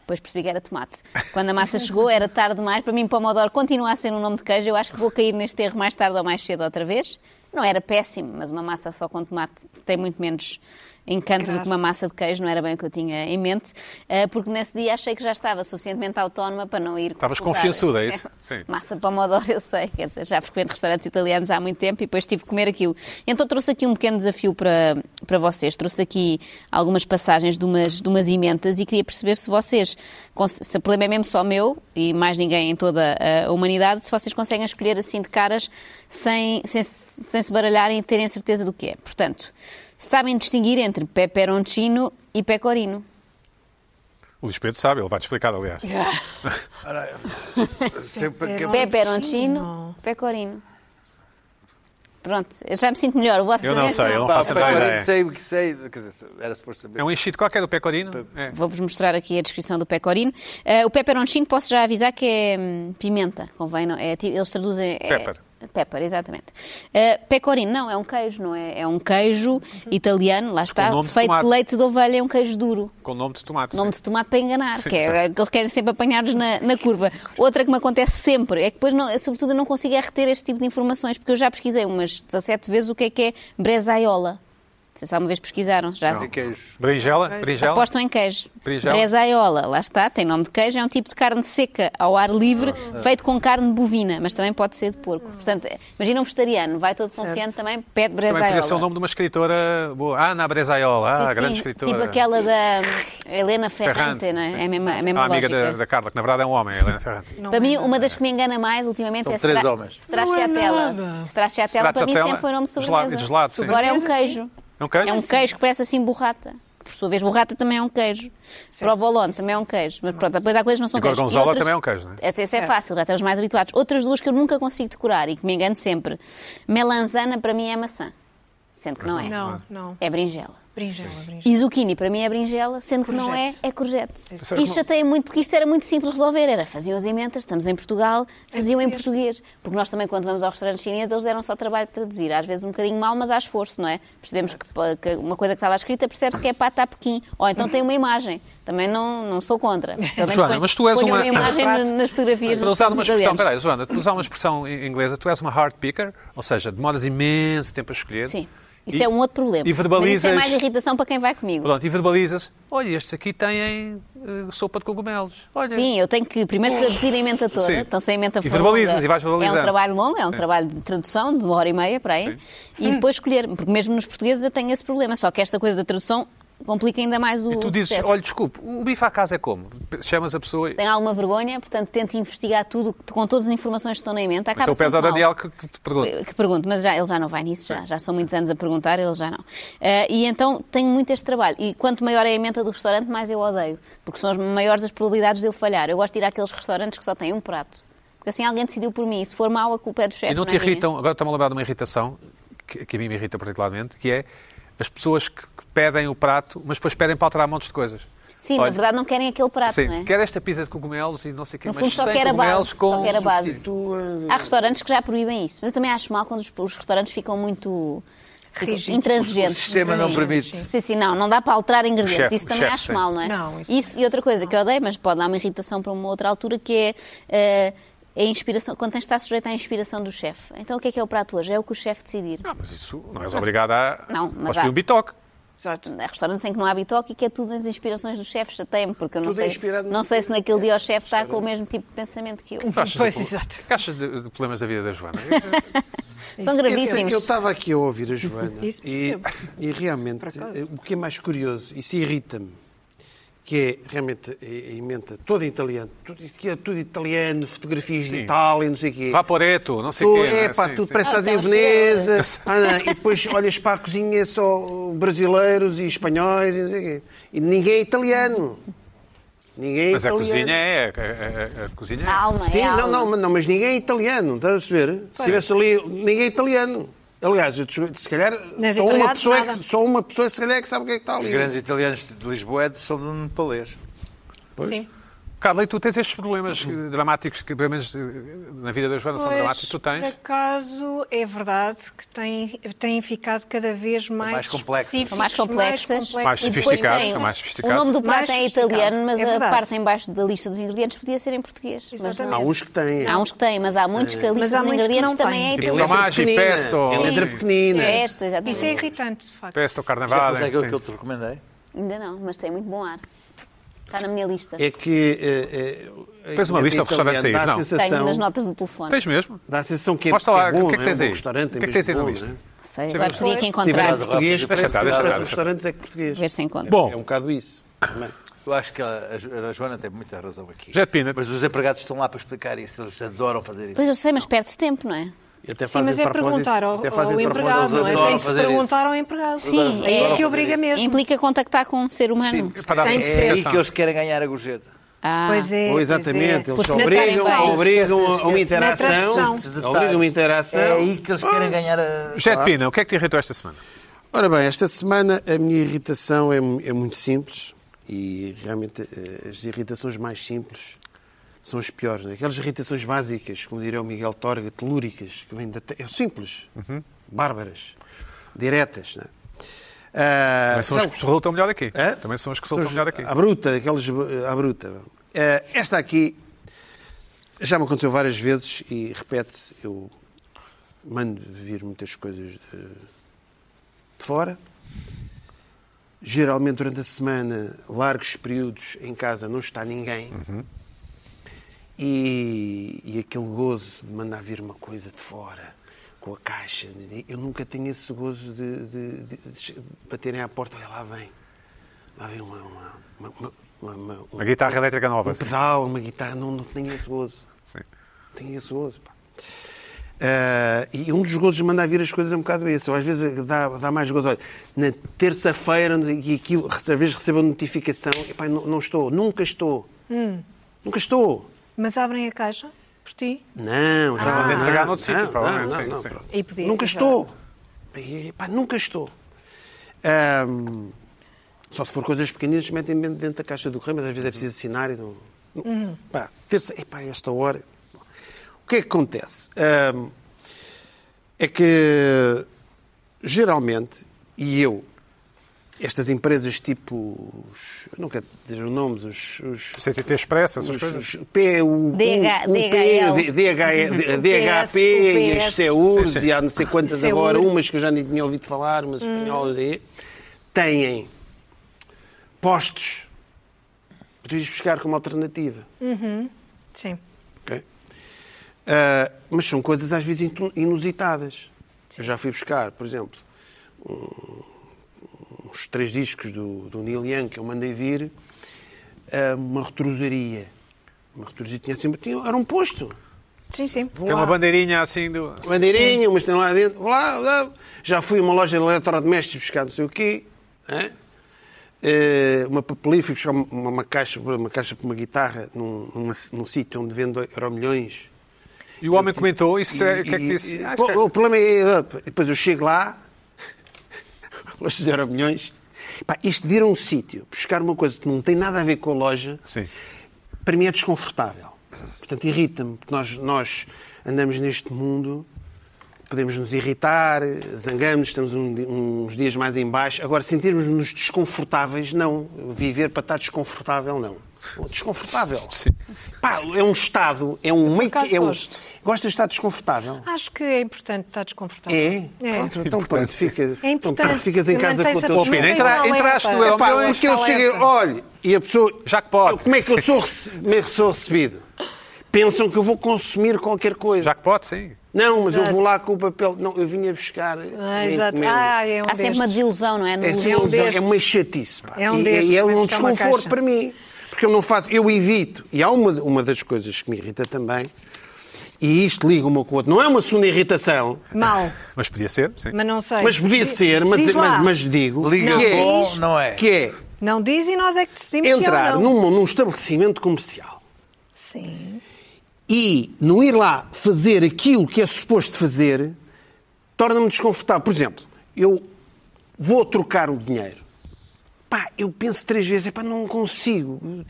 Depois percebi que era tomate. Quando a massa chegou, era tarde demais. Para mim, Pomodoro continua a ser um nome de queijo. Eu acho que vou cair neste erro mais tarde ou mais cedo outra vez. Não era péssimo, mas uma massa só com tomate tem muito menos encanto do
Graça.
que uma massa de queijo, não era bem o que eu tinha em mente, eh, porque nesse dia achei que já estava suficientemente autónoma para não ir
Estavas
consultar.
confiançuda, é isso? Sim.
Massa de pomodoro, eu sei, quer dizer, já frequento restaurantes italianos há muito tempo e depois tive que comer aquilo. Então trouxe aqui um pequeno desafio para, para vocês, trouxe aqui algumas passagens de umas, de umas ementas e queria perceber se vocês, cons- se o problema é mesmo só meu e mais ninguém em toda a humanidade, se vocês conseguem escolher assim de caras sem, sem, se- sem se baralharem e terem certeza do que é. Portanto, sabem distinguir entre peperoncino e pecorino.
O Luís Pedro sabe, ele vai-te explicar, aliás.
Ah.
Ora,
É
sempre que-
Peperon-
Peperoncino, pecorino. Pronto, eu já me sinto melhor. O vosso
Eu não
silêncio-
sei, eu não
Pá,
faço a menor
pá,
ideia.
sei o que sei, quer dizer, era suposto saber.
É um enchido qualquer do pecorino? É.
Vou-vos mostrar aqui a descrição do pecorino. Eh, o peperoncino, posso já avisar que é hum, pimenta, convém, não? É, ti- eles traduzem... é-
Pepper.
Pepper, exatamente. Eh, pecorino, não, é um queijo, não é? É um queijo italiano, lá está,
nome de
feito de
tomate.
leite de ovelha, é um queijo duro.
Com o nome de tomate.
Nome de tomate para enganar,
Sim.
que é, é que eles querem sempre apanhar-nos na, na curva. Outra que me acontece sempre é que depois, não, eu, sobretudo, eu não consigo é reter este tipo de informações, porque eu já pesquisei umas 17 vezes o que é que é brezaiola. Não sei se alguma vez pesquisaram, já.
Sim, queijo.
Berinjela? Berinjela?
Apostam em queijo.
Berinjela?
Brezaiola, lá está, tem nome de queijo, é um tipo de carne seca ao ar livre,
Ah.
feito com carne bovina, mas também pode ser de porco. Portanto, é, imagina um vegetariano, vai todo confiante também, pede
Também podia
brezaiola.
ser o nome de uma escritora boa. Ana Brezaiola, ah,
Sim,
grande
sim,
escritora.
Tipo aquela da Helena Ferrante,
Ferrante.
não é? É a mesma, é a mesma
Ah, amiga
lógica.
da, da Carla, que na verdade é um homem, a Helena Ferrante.
Não
Para mim,
é
uma das que me engana mais ultimamente
São
é
três
Stra-
homens.
Stracciatella. Stracciatella, para mim,
Stracciatella,
sempre foi um nome de
gelado-
sobremesa.
de gelado, sim.
Agora é um
Sobremesa, sim.
queijo.
É um queijo?
É um queijo que parece assim borrata. que, Por sua vez, borrata também é um queijo. Provolone também é um queijo. Mas pronto, depois há coisas que não são
E
queijos.
gorgonzola
outras-
também é um queijo, não é?
Essa, essa é fácil, já estamos mais habituados. Outras duas que eu nunca consigo decorar e que me engano sempre. Melanzana, para mim, é maçã. Sendo que não é.
Não, não.
É berinjela.
Berinjela, berinjela.
E zucchini, para mim é berinjela, sendo que não é,
Courgette.
é courgette.
Isso.
Isto até é muito, porque isto era muito simples de resolver. Era, faziam as emendas, estamos em Portugal, faziam em português. Porque nós também, quando vamos ao restaurante chinês, eles deram só trabalho de traduzir. Às vezes um bocadinho mal, mas há esforço, não é? Percebemos que, pa- que uma coisa que está lá escrita percebe-se que é pata a Pequim. Ou então tem uma imagem. Também não, não sou contra. Pelo menos
Joana,
põe-
mas tu és
ponham
uma-
imagem na- nas fotografias
Para
dos
usar uma
italianos.
expressão, peraí, Joana, tu usar uma expressão em inglesa, tu és uma hard picker, ou seja, demoras imenso tempo a escolher.
Sim. Isso
E-
é um outro problema.
E
Mas isso é
verbalizas.
mais irritação para quem vai comigo.
Pronto, e verbalizas. Olha, estes aqui têm eh, sopa de cogumelos. Olha.
Sim, eu tenho que primeiro traduzir a emenda toda.
Sim.
Então, se a emenda
E
for
verbalizas,
longa,
e vais
É
verbalizando.
um trabalho longo, é um
Sim.
trabalho de tradução, de uma hora e meia, para aí. E depois escolher, porque mesmo nos portugueses eu tenho esse problema. Só que esta coisa da tradução complica ainda mais o
E tu dizes,
processo.
olha, desculpe, o bife à casa é como? Chamas a pessoa.
Tenho alguma vergonha, portanto, tento investigar tudo com todas as informações que estão na emenda. Acaba
Então
sempre
pesa ao
mal.
Daniel que que te pergunta.
Que pergunto, mas já, ele já não vai nisso, já, já são muitos anos a perguntar, ele já não. Eh, e então tenho muito este trabalho. E quanto maior é a menta do restaurante, mais eu odeio, porque são as maiores as probabilidades de eu falhar. Eu gosto de ir àqueles restaurantes que só têm um prato. Porque assim alguém decidiu por mim, e se for mau, a culpa é do chefe.
E não te
é minha.
irritam, agora estou-me a lembrar de uma irritação, que, que a mim me irrita particularmente, que é as pessoas que que pedem o prato, mas depois pedem para alterar montes de coisas.
Sim, na
Olha,
verdade não querem aquele prato,
Sim,
não é?
quer esta pizza de cogumelos e não sei o quê,
No
mas
fundo só
sem
quer a
cogumelos
base,
com um
só quer a base.
Substitua-
Há restaurantes que já proíbem isso, mas eu também acho mal quando os, os restaurantes ficam muito ficam
Rígidos.
O
intransigentes.
sistema não
Sim,
permite.
sim.
Sim, sim, não, não dá para alterar ingredientes.
chefe,
isso
o
também
chefe,
acho
sim.
mal, não é?
Não,
isso
isso
e outra coisa que eu odeio, mas pode dar uma irritação para uma outra altura, que é eh, a inspiração, quando tens de estar sujeito à inspiração do chefe. Então o que é que é o prato hoje? É o que o chefe decidir.
Ah, mas isso não és obrigado a.
Não, mas
Podes
há-
pedir um bitoque.
Exato.
Há restaurantes em que não há bitoque e que é tudo nas inspirações do chefe, chateia-me, porque eu não
Tudo é
sei,
inspirado no-
não sei se naquele dia o chefe está com o mesmo tipo de pensamento que eu.
O que achas do
Pois,
pro-
exato.
O que achas de, de problemas da vida da Joana?
é
São
Eu- Eu
gravíssimos.
estava aqui a ouvir a Joana
Isso
e,
percebo.
e realmente
Por acaso.
eh, o que é mais curioso, isso irrita-me, que é realmente a a emenda toda italiana, tudo, isso que é tudo italiano, fotografias de Itália, e não sei o quê.
Vaporeto, não sei o
Tu,
quê. não
é pá,
Sim,
tu
sim.
parece que estás
Ah,
em
são os três.
Veneza, ah, não, e depois olhas para a cozinha é só brasileiros e espanhóis e não sei o quê. E ninguém é italiano. Ninguém é
Mas a
italiano.
cozinha é. A, a- a- a cozinha é.
Alma,
Sim,
é alma.
não, não, mas- não, mas ninguém é italiano, estás a perceber? Se tivesse ali, ninguém é italiano. Aliás, eu descobri- se calhar
Mas
só uma,
italiano,
pessoa é que,
nada.
só uma pessoa se calhar é que sabe o que é que está
Os
ali.
grandes italianos de Lisboa é- são do nepalês.
Pois.
Sim.
Carla, e tu tens estes problemas eh, dramáticos que, pelo menos, eh, na vida da
um
Joana são
Pois,
dramáticos. Tu
Por
tens.
acaso é verdade que têm, têm ficado cada
É
vez mais,
mais complexas.
específicos,
São mais complexas.
mais complexas.
Mais
E depois
sofisticados,
tem- um-
são mais
O
sofisticados.
nome do prato
Mais
é
sofisticados,
italiano, mas
é
a
verdade.
parte em baixo da lista dos ingredientes podia ser em português. mas não é.
Exatamente.
Há uns que têm.
Há uns que têm, mas há muitos que a
Mas
lista
há
dos
muitos que não
ingredientes também é
têm.
É
Tipo
italiana.
Tomás e
pequenina,
pesto,
É letra
sim.
pequenina.
Pesto, exatamente.
Isso é irritante, de facto.
Pesto,
Já
carnaval.
fiz aquilo que eu te recomendei.
Ainda não, mas tem muito bom ar. Está na minha lista.
É que. eh, eh,
Tens uma lista de restaurantes aí,
dá a
não?
Tenho
Sensação,
nas notas do telefone.
Tens mesmo?
Dá a sensação que é,
Mostra lá,
que é bom,
o que é que
não
tens
Um bom
aí?
restaurante,
O que é que
mesmo
tens aí na
bom,
lista?
não é?
Sei,
Tivemos-
agora teria que
Se tiver
encontrar.
Tivemos-
é? português,
Deixa
parece
estar, deixa
que
estar,
os
deixa
restaurantes é que português.
Ver se encontro.
Bom.
É um bocado isso. também.
Eu acho que a, a Joana tem muita razão aqui.
Jet Peanut.
Mas os empregados estão lá para explicar isso, eles adoram fazer isso.
Pois eu sei, mas perde-se tempo, não é?
E Até
Sim, mas é
propósito-
perguntar ao,
até
ao
fazem propósito
empregado,
aos
não é?
adultos.
Tem que se
Fazer isso.
perguntar ao empregado.
Sim,
é
é-
que obriga mesmo.
Implica contactar com um ser humano.
Para dar
Tem que
É aí
justificação.
que eles querem ganhar a gorjeta.
Ah,
Pois é.
Ou
pois
exatamente,
é.
eles
Porque na
obrigam,
tradução-
obrigam a uma interação.
tradução.
Obrigam uma interação.
É aí que eles querem ganhar a.
Jet Pina, o que é que te irritou esta semana?
Ora bem, esta semana a minha irritação é, mu- é muito simples e realmente eh, as irritações mais simples são as piores. Não é? Aquelas irritações básicas, como diria o Miguel Torga, telúricas, que vêm da. te- É simples,
Uhum.
bárbaras, diretas. Não é? Ah,
Também são os
já-
que resultam melhor aqui.
Hã?
Também são os que resultam
É? Os- ah,
melhor aqui.
À bruta, aqueles eh, à bruta. Eh, esta aqui já me aconteceu várias vezes e repete-se. Eu mando vir muitas coisas de, de fora. Geralmente durante a semana, largos períodos em casa não está ninguém. E, e aquele gozo de mandar vir uma coisa de fora, com a caixa. Eu nunca tenho esse gozo de, de, de, de- de baterem à porta, olha lá vem. Lá vem uma, uma, uma, uma- uma- uma-
Uma guitarra elétrica nova.
um pedal, uma guitarra, não, não tenho esse gozo.
Sim.
Não Tenho esse gozo, pá. Ah, e um dos gozos de mandar vir as coisas é um bocado esse. Ou Às vezes dá, dá mais gozo. Olha, na terça-feira, e aquilo, às vezes recebo a notificação, e pá, não, não estou, nunca estou. Nunca estou.
Mas abrem a caixa por ti.
Não, já
Podem
Ah. não,
entregar
não,
noutro sítio,
não,
provavelmente,
não,
sim,
não,
sim.
pronto.
E pedir,
Nunca
exato.
estou. E, pá, nunca estou. Ahm, só se for coisas pequeninas, metem dentro da caixa do correio, mas às vezes é preciso assinar e não. Pá, terça, epá, é esta hora. O que é que acontece? Ahm, é que geralmente, e eu, estas empresas tipo. os- eu não quero dizer os nomes, os- os
CTT Express, essas
os-
coisas.
os P, o,
DH,
o, o
DHL.
P, DH,
PS,
DHP e
o
as
PS.
CEUs
Sim, sim.
e há não sei quantas
CEUR.
agora, umas que eu já nem tinha ouvido falar, umas espanholas aí, têm postos para tu ires buscar como alternativa.
Sim,
ok? Ah, mas são coisas às vezes intu- inusitadas. Eu já fui buscar, por exemplo, um- uns três discos do, do Neil Young que eu mandei vir, ah, uma retrosaria. Uma retrosaria tinha sempre. Tinha, era um posto.
sim. sim.
Tem uma bandeirinha assim do.
Bandeirinha, umas tem lá dentro. Vou lá, vou lá. Já fui a uma loja de eletrodomésticos buscar não sei o quê. né? Eh, uma papelífera, buscar uma, uma caixa, uma caixa para uma guitarra num, numa- num sítio onde vendo euromilhões.
E o homem comentou, isso é,
E-
o que é que
e-
disse?
e-
Ah,
pô,
isso é-
O problema é. Depois eu chego lá, os fizeram milhões. Pá, isto de ir a um sítio, buscar uma coisa que não tem nada a ver com a loja,
Sim.
para mim é desconfortável. Portanto, irrita-me, porque nós, nós andamos neste mundo, podemos nos irritar, zangamos, estamos um di- uns dias mais em baixo. Agora, sentirmos-nos desconfortáveis, não. Viver para estar desconfortável, não. Desconfortável.
Sim.
Pá, é um estado, é um meio
acaso
que. É um...
gosto.
Gostas de estar desconfortável?
Acho que é importante estar desconfortável.
É?
É.
Pronto, então pronto,
Importante.
fica,
É
então,
importante.
pronto, ficas em casa com o
Mantém-se a-
teu
Pina,
mantém-se
entra-
alerta.
entraste no
é
Epá,
pá,
milhões.
porque eu cheguei, oh,
Alerta.
olha, e a pessoa.
Jackpot.
Eu- Como é que eu sou, rece- me sou recebido? Pensam que eu vou consumir qualquer coisa.
Jackpot, sim.
Não, mas eu
Exato.
vou lá com o papel. Não, eu vim a buscar.
Ah,
uma
exato.
encomenda.
Ah, é um
Há sempre
destes.
uma desilusão, não é? No
É,
uso.
sim,
um destes.
é uma chatice. Pá.
É um
E-
destes,
e é
vai
um
buscar uma
desconforto
caixa.
para mim. Porque eu não faço, eu evito. E há uma, uma das coisas que me irrita também, e isto liga uma com a outra. Não é uma segunda irritação,
Mal,
Mas podia ser, sim.
mas não sei.
mas podia
Diz-
ser, mas, é-
diz lá.
mas, mas digo
Liga
que é,
bom, não é?
que é
Não diz e nós é que decidimos que é
entrar
ou não.
num, num estabelecimento comercial
Sim.
e não ir lá fazer aquilo que é suposto fazer torna-me desconfortável. Por exemplo, eu vou trocar o dinheiro. Pá, eu penso três vezes, epá, não consigo.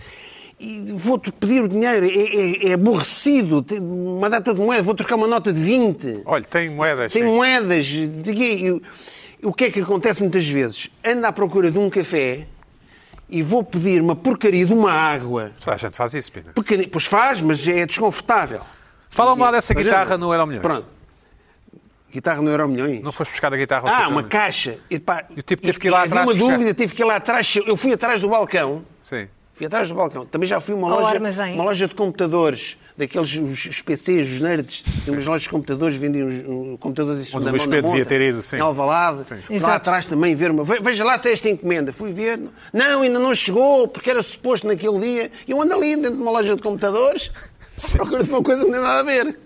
e vou-te pedir o dinheiro, é, é- é aborrecido, tem uma data de moeda, vou trocar uma nota de 20.
Olha, tem moedas.
Tem um-
sim.
moedas. E o- O que é que acontece muitas vezes? Ando à procura de um café e vou pedir uma porcaria de uma água.
Toda a gente faz isso, Pina.
Pequeni- Pois faz, mas é desconfortável.
Fala-me lá dessa
Mas
guitarra
é-
no Euro Milhões.
Pronto. Guitarra no Euro Milhões.
Não foste buscar a guitarra ao
Ah,
sítio
uma
onde-
caixa. E, pá,
E o tipo teve que ir lá
havia
atrás
uma
buscar.
dúvida, tive que ir lá atrás. Eu fui atrás do balcão.
Sim.
Fui atrás do balcão. Também já fui a uma
Ao
loja,
armazém.
uma loja de computadores, daqueles os, os PCs, os nerds, tem umas lojas de computadores, vendiam uns, um, computadores e
Onde
segunda
o Luís
mão na
Pedro devia
montra,
ter ido, sim.
Em Alvalade. Fui Lá
Exato.
atrás também ver uma... "Ve- Veja lá se é esta encomenda. Fui ver. Não, ainda não chegou, porque era suposto naquele dia. E eu ando ali dentro de uma loja de computadores, à procura de uma coisa que não tem nada a ver.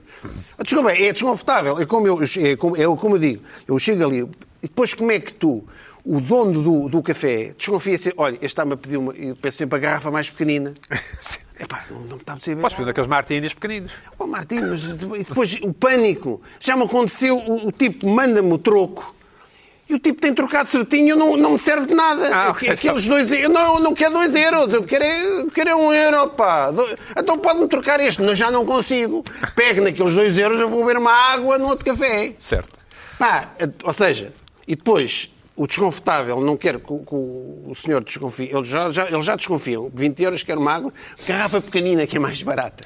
Ah, Desculpa, é desconfortável. É como eu, é como, é como eu digo. Eu chego ali e depois como é que tu, o dono do, do café, desconfia assim, olha, este está-me a pedir uma... Eu peço sempre a garrafa mais pequenina.
Sim.
Epá, não, não me está a perceber.
Podes pedir aqueles martinis pequeninos.
Oh, Martim, mas e depois o pânico. Já me aconteceu, o, o tipo manda-me o troco e o tipo tem trocado certinho eu não, não me serve de nada.
Ah,
Aqu-
ok.
Aqueles dois eu não, eu não quero dois euros, eu quero, é- eu quero é um euro, pá. Do- Então pode-me trocar este, mas já não consigo. Pegue naqueles dois euros, eu vou beber uma água no outro café.
Certo.
Pá, Ah, é, ou seja, e depois o desconfortável, não quero que, o- que o senhor desconfie, ele já, já, ele já desconfia, 20 euros quero uma água, garrafa pequenina que é mais barata.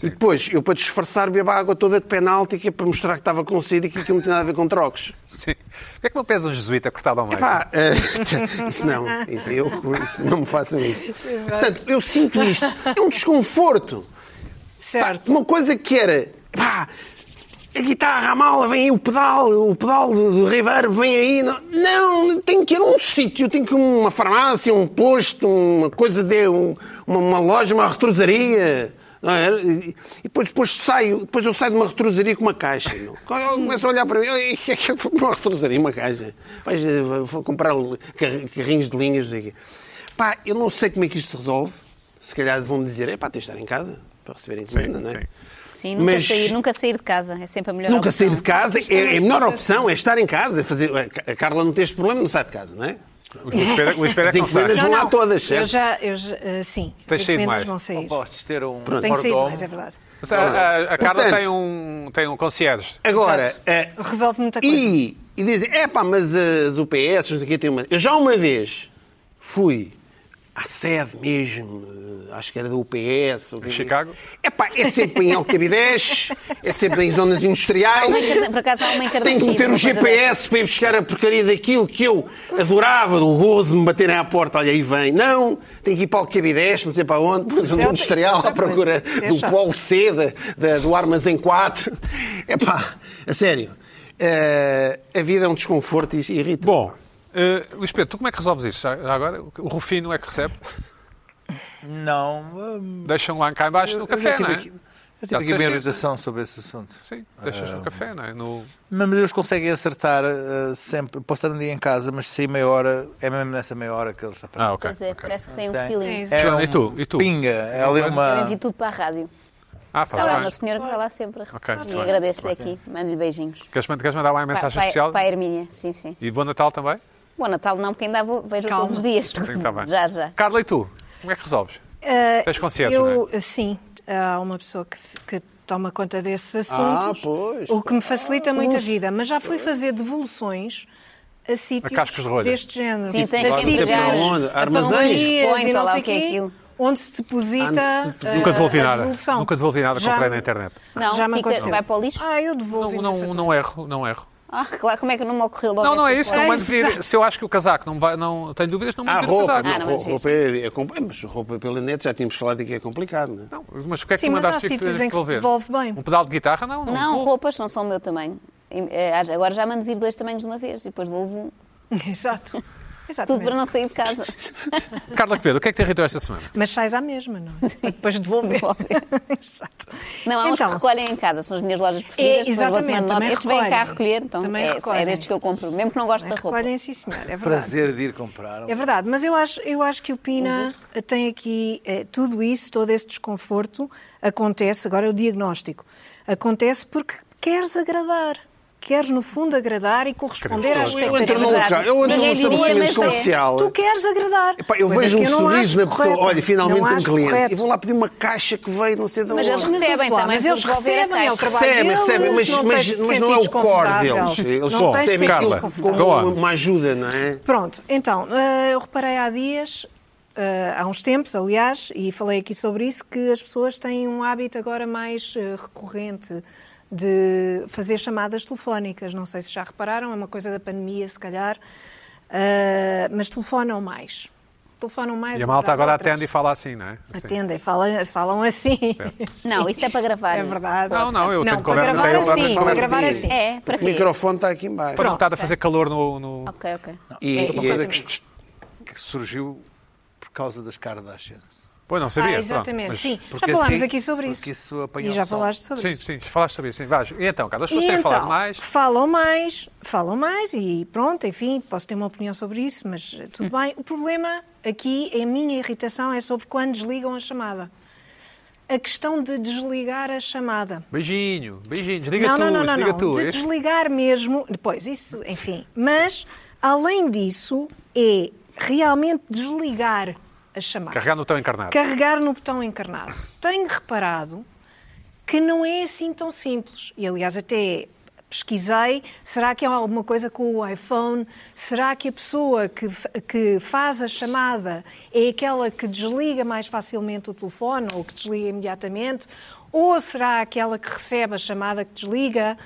E depois, eu para disfarçar, bebo a água toda de penalti, que é para mostrar que estava com sede e que aquilo não tem nada a ver com trocos.
Sim. Porquê é que não pedes um jesuíta cortado ao meio?
Pá, eh, isso não, isso, eu, isso não me façam isso.
Exato.
Portanto, eu sinto isto, é um desconforto. Pá,
Certo.
Uma coisa que era. Pá, a guitarra, a mala, vem aí o pedal, o pedal do, do reverb, vem aí. Não, não, tem que ir a um sítio, tem que ir a uma farmácia, um posto, uma coisa de. um- uma, uma loja, uma retrosaria. não é? E, e depois, depois saio, depois eu saio de uma retrosaria com uma caixa. Não? Começo a olhar para mim, "Ai, que é que eu fui para uma retrosaria, uma caixa. Vais, eh, vou comprar car- carrinhos de linhas, não sei o quê. Pá, eu não sei como é que isto se resolve. Se calhar vão-me dizer, é pá, tens de estar em casa para receber a encomenda, não é?
sim.
Sim, nunca,
Mas-
sair, nunca sair de casa. É sempre a melhor
Nunca
opção.
sair de casa é, é a melhor opção, é estar em casa. é Fazer... A Carla não tem este problema, não sai de casa, não é?
O Luís Pedro, o Luís Pedro é que não
As encomendas
sabe.
vão lá todas, certo?
Eu já, eu já, eh, sim.
Tens
As
saído mais.
encomendas vão sair.
Podes ter um
Tem que sair
mordomo.
mais, é verdade.
Mas A, a- a Carla
Portanto-
tem um, tem um concierge.
Agora, eh,
Resolve muita coisa.
e, e dizem, é pá, mas as UPS, não sei o quê, tem uma. Eu já uma vez fui à sede mesmo, eh, acho que era da UPS. Em
Chicago?
É pá, é sempre em Alcabidez, é sempre em zonas
Uma
industriais.
encarna- Por acaso há uma
Tem que
encarnação.
meter um GPS para ir buscar a porcaria daquilo que eu adorava, do gozo de me baterem à porta, olha aí vem. Não, tem que ir para o Cabidez, não sei para onde, depois
é
um
outra-
industrial
isso é
à
outra coisa.
procura
Isso é
do
chato.
Polo C, da- da- do Armazém 4. É pá, a sério. Eh, a vida é um desconforto e isso irrita.
Bom, eh, Luís Pedro, tu como é que resolves isso já, já agora? O Rufino é que recebe?
Não. hum,
Deixam lá cá em baixo no
eu já
café,
tive
não é?
aqui-
Já
Eu tive aqui
disseste
uma
isso?
irritação sobre esse assunto.
Sim, deixas no café, não é? No...
Mas eles conseguem acertar eh, sempre. Posso estar um dia em casa, mas sair meia hora, é mesmo nessa meia hora que eles
Ah, ok.
Pois é,
ok.
parece que tem um
Tem.
feeling.
Ah.
É
Joana,
um
e tu? E tu?
Pinga, é ali
Eu
uma.
envio tudo para a rádio.
Ah, faz
Ela é
bem.
uma senhora que vai lá sempre a
Ok,
receber.
muito
e
bem.
agradeço-lhe aqui. Mando-lhe beijinhos.
Queres, mand- queres mandar uma
Para,
mensagem
para,
especial?
para a Hermínia, sim, sim.
E bom Natal também?
Bom Natal não, porque ainda vou, vejo
Calma.
todos os dias.
Sim, está bem.
Já, já.
Carla, e tu? Como é que resolves?
Eh,
Tens concierge,
eu, Sim, há uma pessoa que, que toma conta desse assunto.
Ah, pois. ah,
O que me facilita muito a vida. Mas já fui fazer devoluções a
cascos de
sítios
rolha.
deste género.
Sim, tem
Da
que
SICAS,
entregar.
a
Onde? Armazéns?
padarias
Põe,
e
então,
assim, não
lá,
sei
o que é
quê,
aquilo?
Onde se deposita
Ah, onde se deposita.
eh,
Nunca devolvi
a
nada.
devolução.
Nunca devolvi nada,
Já-
comprei na internet.
Não,
já me
fica-
aconteceu.
vai para o lixo?
Ah, eu devolvo.
Não, não, não erro, não erro.
Ah, claro, como é que não me ocorreu logo
Não, não é
essa
isso.
hipótese?
Não
coisa.
mando vir.
Exato.
Se eu acho que o casaco não vai, não tenho dúvidas, não
Há
mando vir o
roupa,
casaco.
Ah,
não,
não,
roupa,
mas
roupa é, é compl- mas roupa pela net já tínhamos falado aqui que é complicado, não é?
Não, mas o que é que
Sim,
tu
mas há
mandaste
sítios em que se
devolver?
devolve bem.
Um pedal de guitarra? Não, não.
Não, roupas não são o meu tamanho. E, eh, Agora já mando vir dois tamanhos de uma vez e depois devolvo um.
Exato.
Tudo para
Exatamente.
não sair de casa.
Carla Quevedo, o que é que te irritou esta semana?
Mas sais à mesma, não é? Para depois devolver.
Devolver.
Exato.
Não, há uns
então,
que recolhem em casa, são as minhas lojas preferidas.
É,
depois vou-te
exatamente,
mandar nota.
também
Estes vêm cá
recolhem.
recolher, então
Também
é, é
recolhem.
destes que eu compro, mesmo que não gosto da roupa.
Recolhem, sim, senhor. É verdade.
Prazer de ir comprar.
É verdade, mas eu acho, eu acho que o Pina
Uhum.
tem aqui eh, tudo isso, todo esse desconforto acontece, agora é o diagnóstico, acontece porque queres agradar, queres, no fundo, agradar e corresponder às
Eu entro num
expectativas.
lugar, eu entro num
Ninguém diria,
estabelecimento
mas é.
comercial.
Tu queres agradar.
Epá, eu
Coisa
vejo
é
um
que eu não
sorriso na
acho
pessoa,
correta.
olha, finalmente
Não
um
acho
cliente.
correto.
E vou lá pedir uma caixa que veio, não sei de onde.
Mas eles recebem
Mas
também,
Mas eles
por devolver a
recebem, é o
caixa.
trabalho
Recebem,
deles,
recebem, mas,
não
mas,
tens de
mas
te
não é
sentir
o core
desconfortável.
deles. Eles
Não tens de
recebem
sentir
Carla,
aquilo
desconfortável.
go
como
on.
uma ajuda, não é?
Pronto, então, eh, eu reparei há dias, eh, há uns tempos, aliás, e falei aqui sobre isso, que as pessoas têm um hábito agora mais eh, recorrente de fazer chamadas telefónicas. Não sei se já repararam, é uma coisa da pandemia, se calhar, eh, mas telefonam mais. Telefonam mais.
E a
umas
malta
às
agora
outras.
atende e fala assim, não é? Assim.
Atendem, falam, falam assim.
Não, isso é para gravar.
É verdade.
Não, não, eu tenho
para
conversa
gravar
até eu próprio
assim, para
falo
gravar
assim.
assim.
É, para
O
quê?
microfone está aqui em baixo.
Para não estar a fazer calor no... no-
Ok, ok.
E,
É,
e-
Uma coisa
exatamente.
que-
que surgiu por causa das Kardashians.
Pois, não sabia.
ah,
pronto.
exatamente,
Mas-
sim.
Porque
já falámos
assim-
aqui sobre isso.
porque isso apanha
e
o
já
sol.
falaste sobre
Sim,
isso.
sim, falaste sobre isso. Sim, vais. E então, Carla, as pessoas
E
têm
então,
falado mais.
falam mais, falam mais e pronto, enfim, posso ter uma opinião sobre isso, mas eh, tudo bem. O problema aqui, a minha irritação é sobre quando desligam a chamada. A questão de desligar a chamada.
Beijinho, beijinho, desliga
não,
tu,
não, não, não,
desliga
não.
tu.
De
Este-
desligar mesmo. Depois, isso, enfim. Mas, além disso, é realmente desligar a chamada.
Carregar no teu encarnado.
Carregar no botão encarnado. Tenho reparado que não é assim tão simples. E, aliás, até pesquisei, será que há alguma coisa com o iPhone? Será que a pessoa que, fa- que faz a chamada é aquela que desliga mais facilmente o telefone ou que desliga imediatamente? Ou será aquela que recebe a chamada que desliga?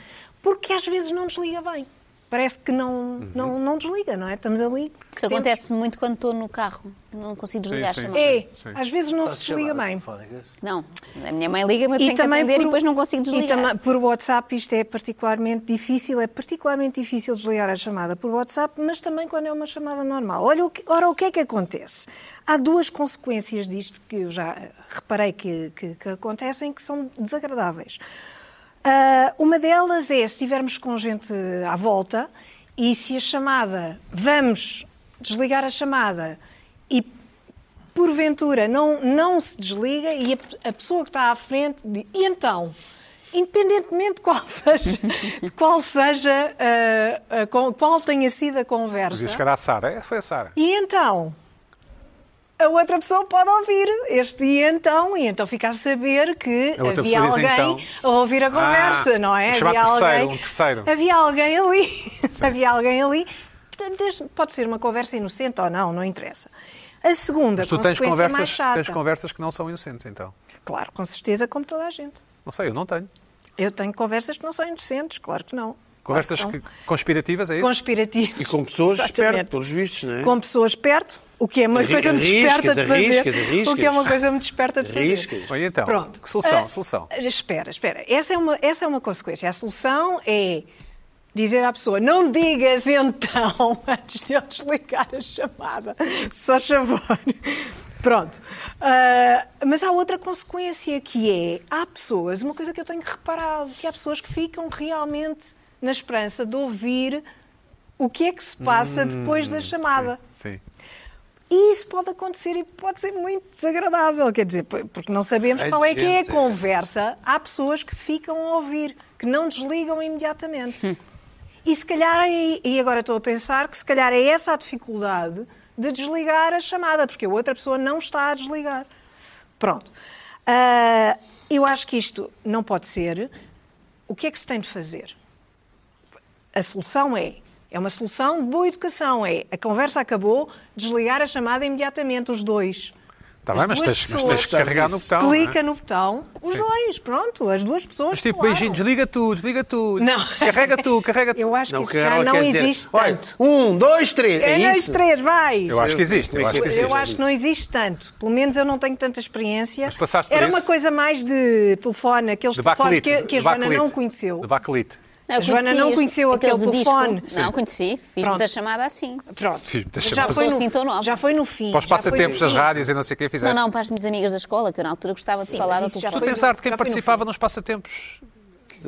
Porque às vezes não desliga bem. Parece que não,
Uhum.
não, não desliga, não é? Estamos ali.
Isso acontece muito quando estou no carro. Não consigo desligar
sim.
a chamada.
É,
Sim.
às vezes não se desliga
Chamadas
bem.
telefónicas.
Não, a minha mãe liga-me, eu tenho que atender e depois não consigo desligar.
um- E também por WhatsApp isto é particularmente difícil, é particularmente difícil desligar a chamada por WhatsApp, mas também quando é uma chamada normal. Olha, o que- ora, o que é que acontece? Há duas consequências disto que eu já eh, reparei que, que- que acontecem que são desagradáveis. Ah, uma delas é se estivermos com gente à volta e se a chamada, vamos desligar a chamada e porventura não, não se desliga e a, a pessoa que está à frente diz, e então, independentemente de qual seja, de qual, seja ah, ah, com- qual tenha sido a
Mas ia
conversa,
chegar à Sara. É, foi a Sara.
e então a outra pessoa pode ouvir este e então, e então fica a saber que
A outra
havia
pessoa diz
alguém
então.
a ouvir a conversa,
Ah,
não é?
um chamado
havia
terceiro,
alguém,
um terceiro.
Havia alguém ali, havia alguém ali. Portanto, desde- pode ser uma conversa inocente ou não, não interessa. A segunda
Mas tu tens
consequência é mais
conversas,
chata.
tens conversas que não são inocentes, então.
Claro, com certeza, como toda a gente.
Não sei, eu não tenho.
Eu tenho conversas que não são inocentes, claro que não. Claro
Conversas
são
que- conspirativas, é isso?
conspirativas.
e com pessoas
Exatamente.
espertas, pelos vistos, não é?
com pessoas perto, o que é uma
Arri-
coisa muito
arriscas,
esperta de fazer.
arriscas, arriscas.
O que é uma coisa muito esperta de
Arriscas.
fazer.
Bem, então,
Pronto.
que solução,
Ah,
solução.
Espera, espera. Essa é, uma, essa é uma consequência. A solução é dizer à pessoa, não digas então, antes de eu desligar a chamada. Só favor. Pronto. Ah, mas há outra consequência que é, há pessoas, uma coisa que eu tenho reparado, que há pessoas que ficam realmente na esperança de ouvir o que é que se passa depois da chamada.
Hum, Sim.
E isso pode acontecer e pode ser muito desagradável, quer dizer, po- porque não sabemos
Ai,
qual é que é a
gente, é.
conversa. Há pessoas que ficam a ouvir, que não desligam imediatamente. E se calhar, e e agora estou a pensar, que se calhar é essa a dificuldade de desligar a chamada, porque a outra pessoa não está a desligar. Pronto. Ah, eu acho que isto não pode ser. O que é que se tem de fazer? A solução é. É uma solução de boa educação. É a conversa acabou, desligar a chamada imediatamente, os dois.
Está
As
Tá bem, mas
duas
tens, mas
pessoas.
tens que carregar no botão. não é?
Clica no botão, os dois, pronto, as duas pessoas.
Mas tipo,
falaram.
beijinho, desliga tu, desliga tu.
Não.
Carrega tu, carrega tu.
Eu acho que
Não,
isso
que ela
já não
quer dizer,
existe
olha,
tanto.
um, dois, três. É,
dois,
isso?
três, vai!
Eu acho que existe, eu acho que existe.
Eu acho que não existe tanto. Pelo menos eu não tenho tanta experiência.
Mas passaste por
Era
isso?
uma coisa mais de telefone, aqueles
De
telefones
baculite.
que, que a
de
Joana
baculite,
não conheceu.
De baculite.
Não, eu
A Joana
conheci
não
os-
conheceu aquele
aqueles de
telefone.
Disco. Não, conheci. Fiz
Pronto.
muita chamada assim.
Pronto.
Fiz muita
Já
chamada.
foi,
Pessoas de tom
no,
nova.
já foi no fim.
Para os
já foi no
passatempos, as
fim.
rádios e não sei o que
Não,
fizeste.
não, para as minhas amigas da escola, que eu na altura gostava de
Sim, mas
falar do
isso já
Estou
telefone.
a pensar de quem
Já foi no
participava nos passatempos.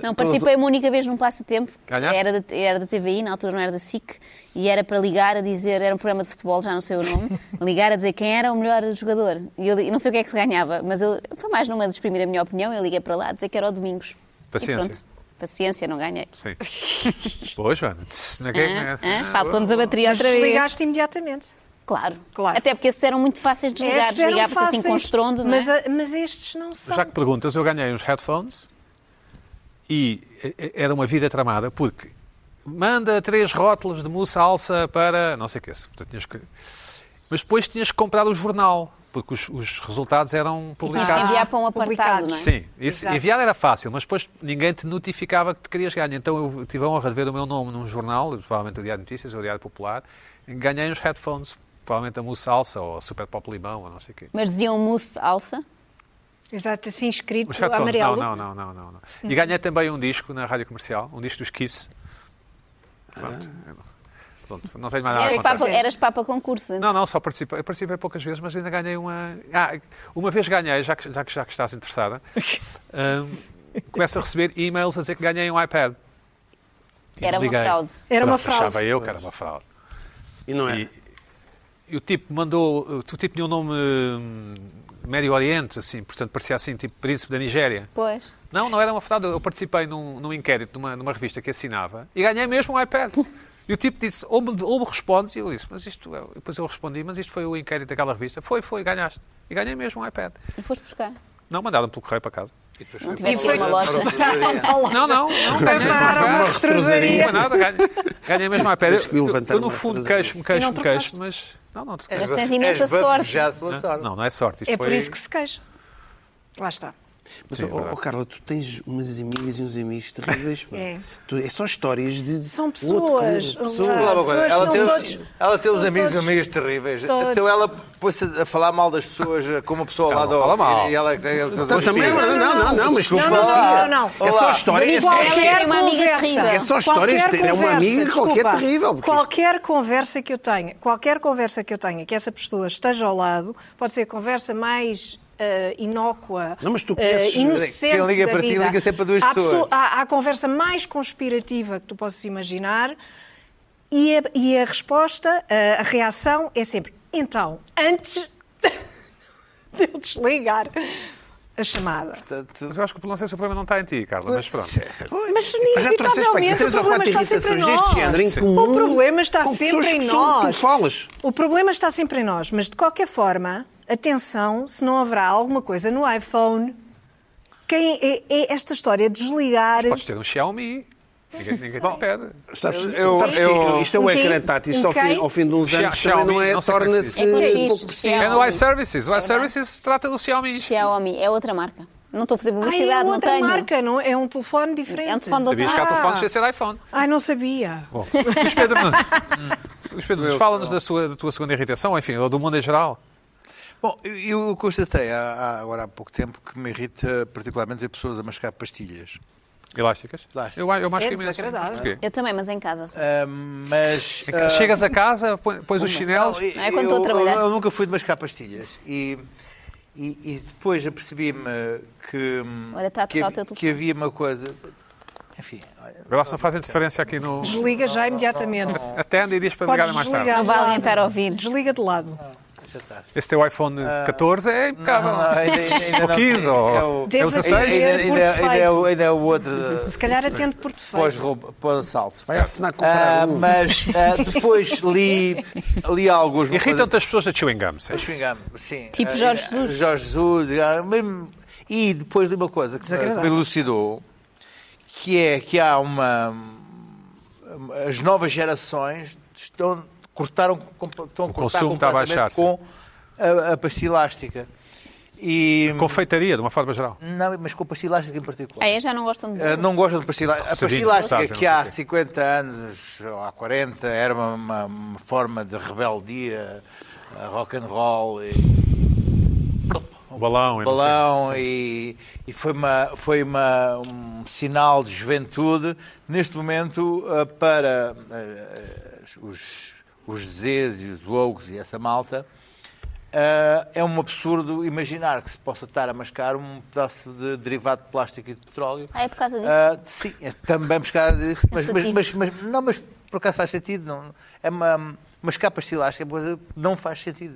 Não, participei uma única vez num passatempo.
Ganhaste?
Era da, era da TVI, na altura não era da SIC, e era para ligar a dizer, era um programa de futebol, já não sei o nome, ligar a dizer quem era o melhor jogador. E eu, eu não sei o que é que se ganhava, mas eu, foi mais numa de exprimir a minha opinião, eu liguei para lá a dizer que era o Domingos. E
Paciência.
pronto. Paciência, não ganhei.
Sim. Boa, Joana. Tss, não é que
Hã?
é que-
Hã? Faltou-nos a bateria outra vez.
Desligaste imediatamente.
Claro.
Claro.
Até porque esses eram muito fáceis de desligar.
Esses eram
Desligava-se assim com
fáceis,
estrondo, não é?
mas, a- mas estes não são.
Já que perguntas, eu ganhei uns headphones e eh, eh, era uma vida tramada, porque manda três rótulos de mousse alça para não sei o que. é isso. Portanto, tinhas que- Mas depois tinhas que comprar o jornal, porque os, os resultados eram
Tinhas que
publicados.
enviar para um
Publicados.
apartado, não é?
Sim, isso,
Exato.
enviar era fácil, mas depois ninguém te notificava que te querias ganhar. Então eu tive a honra de ver o meu nome num jornal, provavelmente o Diário de Notícias ou o Diário Popular, e ganhei uns headphones, provavelmente a mousse alça ou a Super Pop Limão ou não sei o quê.
Mas diziam mousse alça.
Exato, assim escrito
Os headphones, não,
amarelo.
não, não, não, não, não.
Uhum.
E ganhei também um disco na rádio comercial, um disco dos Kiss. Pronto. Pronto, não tenho mais nada
Eras
a
papa,
contar.
eras papa concurso.
Ah, Não, não, só participei. Eu participei poucas vezes, mas ainda ganhei uma. Ah, uma vez ganhei, já que, já que, já que estás interessada, hum, começo a receber e-mails a dizer que ganhei um iPad. E
Era
não
uma
liguei.
fraude.
Era uma
Pronto,
fraude.
Achava eu que era uma fraude.
E não é.
E, e o tipo mandou. O tipo tinha um nome hum, Médio Oriente, assim, portanto parecia assim, tipo príncipe da Nigéria.
Pois.
Não, não era uma fraude. Eu participei num, num inquérito numa, numa revista que assinava e ganhei mesmo um iPad. E o tipo disse, ou me, ou me respondes, e eu disse, mas isto, é- depois eu respondi, mas isto foi o inquérito daquela revista. Foi, foi, ganhaste. E ganhei mesmo um iPad.
E foste buscar.
não mandaram pelo correio para casa.
Não tiveste
foi-
uma loja.
Olá.
Não, não, não ganhei. um
parar a uma
Não
retrosaria.
foi nada, ganhei, ganhei mesmo um iPad.
Tens que
Eu, eu,
levantar
eu, no
uma
fundo,
retrosaria.
queixo-me, queixo-me, queixo-me, mas... Não, não,
Mas
não,
tens imensa sorte.
pela sorte.
não, não é sorte. Isto
É
foi...
por isso que se queixa. Lá está.
Mas,
Sim,
ó,
é
ó,
verdade.
Carla, tu tens umas amigas e uns amigos terríveis, pá.
É.
Tu- é só histórias de. de
São
outro
pessoas.
clima,
Olá.
pessoas.
Fala uma coisa,
Pessoas
Ela
não
tem, os,
todos.
ela tem os
Não
amigos e
todos.
amigas terríveis.
Todos.
Então ela pôs-se a falar mal das pessoas com uma pessoa
Ela
ao lado
não fala
da outra.
mal.
E ela, ela, ela,
Tá- Também é verdade. Não, não, não, mas
Não,
desculpa lá.
não, não, não.
É só
Olá.
histórias.
Igual-
sérias.
Ela tem uma amiga terrível.
É só histórias
Qualquer
de- é uma
conversa,
amiga qualquer
desculpa,
terrível, porque
Qualquer conversa que eu tenha, qualquer conversa que eu tenha, que essa pessoa esteja ao lado, pode ser conversa mais eh, inócua,
Não, mas tu
eh,
conheces-
inocente
quem liga
da
para ti,
vida.
liga sempre para duas
há
pessoas.
pessoa- há, há a conversa mais conspirativa que tu possas imaginar e a, e a resposta, eh, a, a reação é sempre, então, antes de eu desligar a chamada.
Mas eu acho que o- não sei se o problema não está em ti, Carla, mas pronto.
Mas
Mas já trouxeste para aqui
inevitavelmente o
três ou
problema
quatro
está sempre em
irritações
nós.
deste género em comum.
O problema está
com pessoas
sempre em
que são-
nós.
Tu falas.
O problema está sempre em nós, mas de qualquer forma, atenção se não haverá alguma coisa no iPhone. Quem é, é esta história de desligar?
Podes ter um Xiaomi. Ninguém, ninguém te pede.
Sabes,
Eu-
sabes
eu-
que isto é
Um
o
quê?
ecrã tátil, isto
Um
ao fim,
quê?
ao fim de uns
Xia-
anos também não
Xiaomi,
é,
não sei como é que se diz.
torna-se um
É com X,
pouco
É
possível.
no iServices. O iServices trata do Xiaomi.
Xiaomi é outra marca. Não estou a fazer
Ai, é
publicidade, não
outra
tenho.
marca, não? é um telefone diferente.
É um telefone de outra
Sabias que há
marca.
telefones sem ser iPhone.
Ai, não sabia.
Bom, Luís Pedro Nunes, Luís Hum. Pedro Nunes, fala-nos da, sua, da tua segunda irritação, enfim, ou do mundo em geral.
Bom, eu eu constatei há- há- agora há pouco tempo que me irrita particularmente ver pessoas a mascar pastilhas.
Elásticas?
Elásticas.
Eu, eu acho
É
que imenso.
desagradável.
Porquê?
Eu também, mas em
É
casa só.
Ah, mas. ah,
Chegas a casa, põe- pões os chinelos.
Não,
Não é quando estou a trabalhar.
Eu, eu nunca fui de mascar pastilhas. E, e, e depois apercebi-me que, hum,
Olha, está a
que,
tocar o
havi-
teu
que havia uma coisa. Enfim, olha,
Vê lá se não fazem interferência aqui no.
Desliga já imediatamente.
Atende e diz para
Podes
ligar mais tarde.
desligar
Não
de
vai
lado.
alguém estar a ouvir.
Desliga de lado.
já está.
Esse teu iPhone 14 é impecável.
Ah. Não, ainda- ainda
Ou
não-
15,
é
ou
o-
é o
Deve ser.
16.
Ainda, ainda,
Por
ainda é o, ainda é o outro
Se calhar atende por defeito.
pós-roubo- pós-assalto.
Vai à FNAC comprar
Ah,
um.
mas ah, depois li, li alguns. uma coisa-
Irritam-te as pessoas da Chewing Gum, sei.
Chewing-gum, sim.
Tipo
Ah,
Jorge
ah,
Jesus.
Jorge Jesus. ah, mesmo- E depois de uma coisa que me- que me
Desagradável.
elucidou, que é que há uma... As novas gerações estão, cortaram, com- estão a cortar
consumo está a
completamente
baixar, sim.
com a, a pasta elástica. E,
Confeitaria, de uma forma geral.
Não, mas com a pasta elástica em particular.
Ah, é? Já não gostam de.
Ah, não gostam de pastilha. A
Recebinhos,
pastilha elástica
sabes,
que
não
há
sei o
50 anos ou há 40 era uma, uma- uma forma de rebeldia, ah, rock and roll e
O balão. assim. e não sei.
balão e, e foi, uma, foi uma, um sinal de juventude. Neste momento, ah, para ah, ah, os, os Z's e os Wokes e essa malta, ah, é um absurdo imaginar que se possa estar a mascar um pedaço de derivado de plástico e de petróleo.
Ah, é por causa disso?
Ah, sim, é também por causa disso. Mas, mas,
sentido.
mas- mas- não, mas por acaso faz sentido. Não, é uma, Umas capas de elástica é uma coisa que não faz sentido.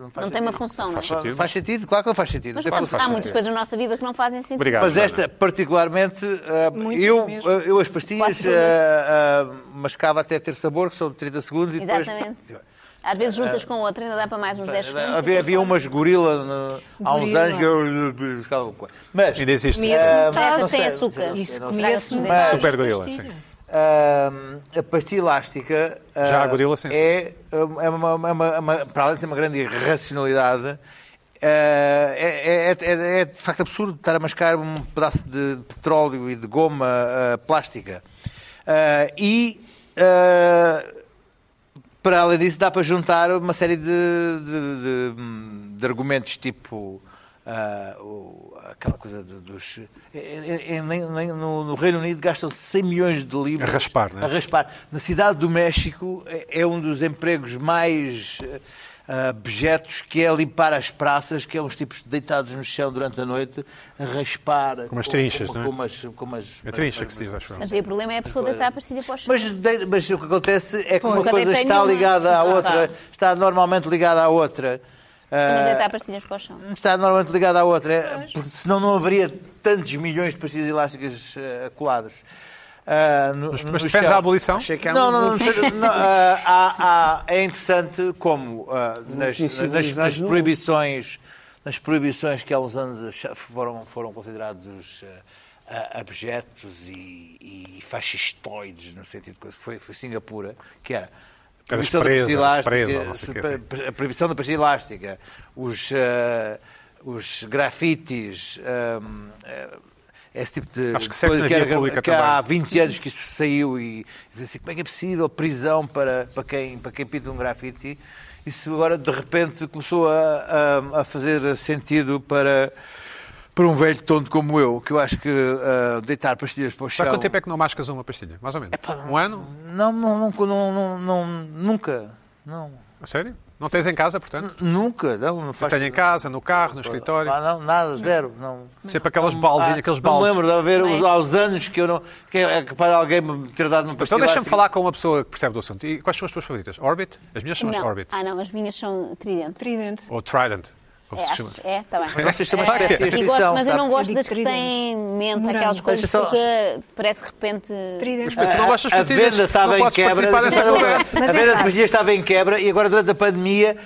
Não, faz
Não tem uma função, não é?
Faz sentido.
Faz sentido, claro que não faz sentido.
Mas
Tem
pronto,
função.
há muitas coisas na nossa vida que não fazem sentido.
Obrigado.
Mas
Joana.
esta, particularmente, ah,
Muito
eu,
mesmo.
ah, eu as pastilhas
Quase todas.
ah, ah, mascava até ter sabor, que são de 30 segundos e depois... Ah,
Exatamente. Às vezes juntas com outra, ainda dá para mais uns 10 segundos.
Havia, havia umas gorila no- há uns
Gorila.
anos que eu ficava com coisa. Mas
Ainda existe.
Comia-se
Essa
metade.
sei,
sem
não
é açúcar.
sei,
Isso,
não sei.
comia-se
Mas-
metade.
Super gorila, sim.
Pastilha.
ah, a pastilha elástica ah,
Já a gorila sem
é, ah, é uma, uma- uma- uma- para além de ser uma grande irracionalidade, ah, é, é- é- é de facto absurdo estar a mascar um pedaço de petróleo e de goma ah, plástica. Ah, e ah, para além disso, dá para juntar uma série de, de- de- de argumentos tipo ah, o- aquela coisa do- dos. eh, eh, eh, nem- nem- no, no Reino Unido gastam 100 milhões de libras
A raspar, não é?
a raspar. Na cidade do México é- é um dos empregos mais eh, ah, abjetos que é limpar as praças, que é uns tipos deitados no chão durante a noite a raspar.
Com umas trinchas,
com,
não é?
com umas, com umas-
É trincha que se diz, acho eu.
Mas aí o problema é a pessoa deitar a pastilha para o chão.
mas, de- mas o que acontece é que
Pois.
uma
Quando
coisa
tem
está
nenhuma-
ligada à
Exato.
outra, está normalmente ligada à outra.
Sim, mas
Ah,
deitar pastilhas para o chão.
está normalmente ligada à outra, é, porque senão não haveria tantos milhões de pastilhas elásticas ah, colados. Ah, no-
Mas,
no
mas defendes
chão.
a abolição?
Achei que há
Não,
um-
não, não, não, não, ah, há- há- é interessante como ah, nas, nas- nas
sensibilizais no-
proibições, nas proibições que há uns anos ach- foram, foram considerados ah, ah, abjetos e, e fascistoides, no sentido que foi, foi Singapura, que é era a
Era as
proibição da
presas,
pastilha
as presas,
elástica,
não sei o quê,
super-
assim.
a proibição da pastilha elástica, os, ah, os grafites, ahm, ah, esse tipo de
Acho que sexo na
coisa
via pública
que há
também.
20 anos que isso saiu e diz assim, como é que é possível prisão para, para, quem, para quem pinta um grafite? Isso agora de repente começou a, a, a fazer sentido para, para um velho tonto como eu, que eu acho que ah, deitar pastilhas para o chão...
Há quanto tempo é que não mascas uma pastilha? Mais ou menos? Um ano?
Não, não, nunca, não, não, não, nunca, não,
A sério? Não tens em casa, portanto?
nunca, não, não
Eu
faz
tenho em casa, no carro, no escritório.
Ah, não, nada, zero. Não.
Sempre aquelas baldinhas,
Ah,
aqueles
não me
baldes.
lembro de haver
Não é?
uns- há uns anos que eu não. Que é capaz de alguém me ter dado uma
Então
pastilha
deixa-me
elástica.
falar com uma pessoa que percebe do assunto. E quais são as tuas favoritas? Orbit? As minhas são as
Não.
Orbit.
Ah, não, as minhas são tridente.
Tridente.
Ou Trident, como
É,
se chama.
acho- é, está bem.
vocês também
Eh,
parecem
e
exceção,
gosto, mas eu
sabe?
não gosto
Eu digo
das que
tridente.
têm mente,
Morango.
aquelas coisas
Deixa só-
porque parece de repente.
Tridente.
Mas tu não gostas de
a
pastilhas?
venda
não
estava em
podes
quebra.
participar desta conversa.
A
é
venda de pastilhas estava em quebra e agora durante a pandemia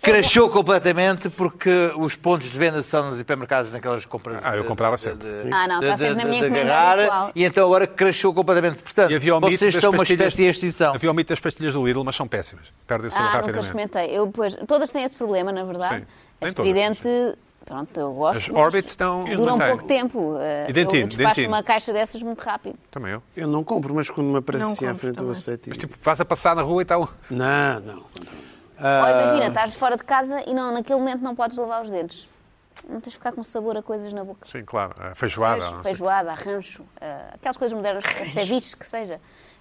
crashou completamente porque os pontos de venda são nos hipermercados naquelas compras.
Ah, eu
de-
comprava
de-
sempre.
de-
Ah, não, está
de-
sempre na
de-
minha
de
encomenda
agarrar,
habitual.
E então agora crashou completamente. Portanto,
E havia o mito
vocês
das
são uma
pastilhas-
espécie de extinção.
Havia o mito das pastilhas do Lidl, mas são péssimas. Perdem o sabor
Ah, nunca
rapidamente.
experimentei. Eu, pois, todas têm esse problema, na verdade.
Sim. Nem
As
todas,
tridente, pronto, eu gosto.
As
mas
Orbit estão- Eu
Duram
não tenho.
pouco tempo. Eh,
E dentine,
eu despacho
dentine.
uma caixa dessas muito rápido.
Também eu.
Eu não compro, mas quando me aparece
Não
assim à
compro
frente eu
também.
aceito. e-
Mas tipo, vais a passar na rua e tal.
Não, não.
Ah.
Ou imagina, estás fora de casa e não, naquele momento não podes lavar os dedos. Não tens de ficar com sabor a coisas na boca.
Sim, claro.
É
a Feijoada. não sei.
Feijoada, rancho, eh, aquelas coisas modernas, ceviche, que seja.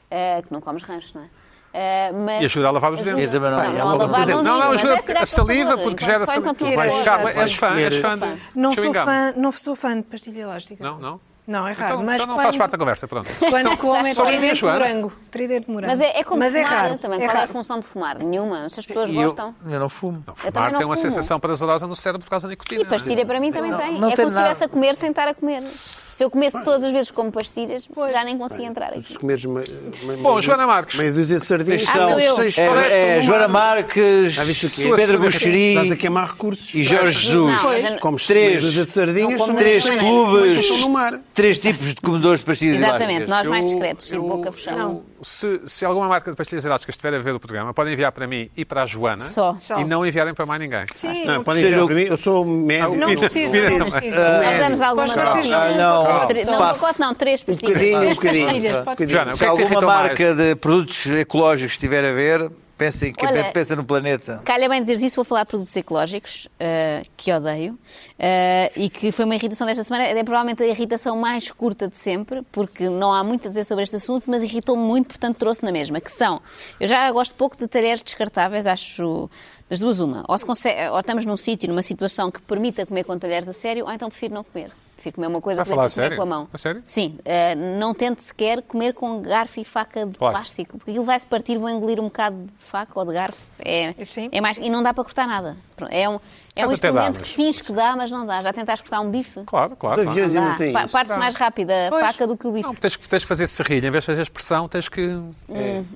Eh, que não comes rancho, não é? Eh, mas
E ajuda a lavar os
ajuda-
dentes.
Quer dizer, mas não-
Não,
é
não,
uma
a lavar,
Por exemplo, não,
não, digo,
não,
mas
ajuda
é tirar então
a saliva,
sabor,
porque
enquanto-
gera
só
saliva.
enquanto
Vais
tiras.
cá, mas és
Vais
fã, és fã
comer.
de
Não sou,
chewing gum.
fã, não sou fã de pastilha elástica.
Não, não?
Não, é raro.
Então,
mas
então não
quando,
faz parte da conversa, pronto.
Quando
Então,
comem
só a minha
tridente de
Joana.
morango. Tridente de morango.
Mas é, é como
Mas é
fumar
raro.
também.
é
Qual é a
raro.
função de fumar? Nenhuma. Se as pessoas
E eu,
gostam.
eu não fumo.
Não,
também
fumar
não
tem uma
fumo.
sensação prazerosa no cérebro por causa da nicotina.
E pastilha para mim também
Não,
tem.
não
é
tem
como se
nada.
estivesse a comer sem estar a comer. Se eu comesse todas as vezes como pastilhas, já nem conseguia entrar aqui.
Se comeres uma, uma,
Bom,
uma-
Joana Marques.
meia dúzia de sardinhas,
Ah, sou eu.
seis
É,
pares por
é
um
Joana
ano.
Marques,
Já viste o quê?
Pedro
Estás a
Gosturi
queimar recursos.
e Jorge Jesus.
Não, mas eu não-
Comes
Três.
meia dúzia de sardinhas,
Não como é
são
Três
seis, mas
cubos,
estão no mar.
três tipos de comedores de pastilhas
Exatamente,
elásticas.
nós mais
Eu-
discretos e de
eu-
boca fechada.
eu- se, se alguma marca de pastilhas elásticas estiver a ver o programa, podem enviar para mim e para a Joana.
Só.
Só.
E não enviarem para mais ninguém.
Sim,
Não,
não
podem
Seja
dizer
o-
para mim, eu sou médio.
Não
Pina-
precisa.
Pina
não
também.
precisa.
Nós damos alguma.
Pode ser
Não,
Ah, não,
Tre- não, um
passo.
pacote não, três
Um
pastilhas.
bocadinho, um
Três
bocadinho.
pastilhas,
Um
pode
bocadinho.
Joana, o que
Se
é que te
alguma
irritou
marca
mais?
de produtos ecológicos estiver a ver, pensem que
Olha-
pensa no planeta.
Calha bem dizer isso, vou falar de produtos ecológicos, eh, que odeio, eh, e que foi uma irritação desta semana, é provavelmente a irritação mais curta de sempre, porque não há muito a dizer sobre este assunto, mas irritou-me muito, portanto trouxe na mesma, que são, eu já gosto pouco de talheres descartáveis, acho das duas uma, ou, se conse- ou estamos num sítio, numa situação que permita comer com talheres a sério, ou então prefiro não comer. Prefiro comer uma coisa
Vai
que
falar
dá para comer
sério?
com a mão.
A sério?
Sim. eh, não tente sequer comer com garfo e faca de
Plástico.
plástico, porque ele vai-se partir, vou engolir um bocado de faca ou de garfo. É,
Sim.
é mais, e não dá para cortar nada. É um, é
Mas
um
até dá,
instrumento
mas-
que finge que dá, mas não dá. Já tentaste cortar um bife?
Claro, claro. claro.
aviões ainda
Dá.
têm
Pa-
isso.
Parte-se mais rápida a
Pois.
faca do que o bife. Hum.
Não, tens, que- tens de fazer serrilha, em vez de fazer expressão, tens que.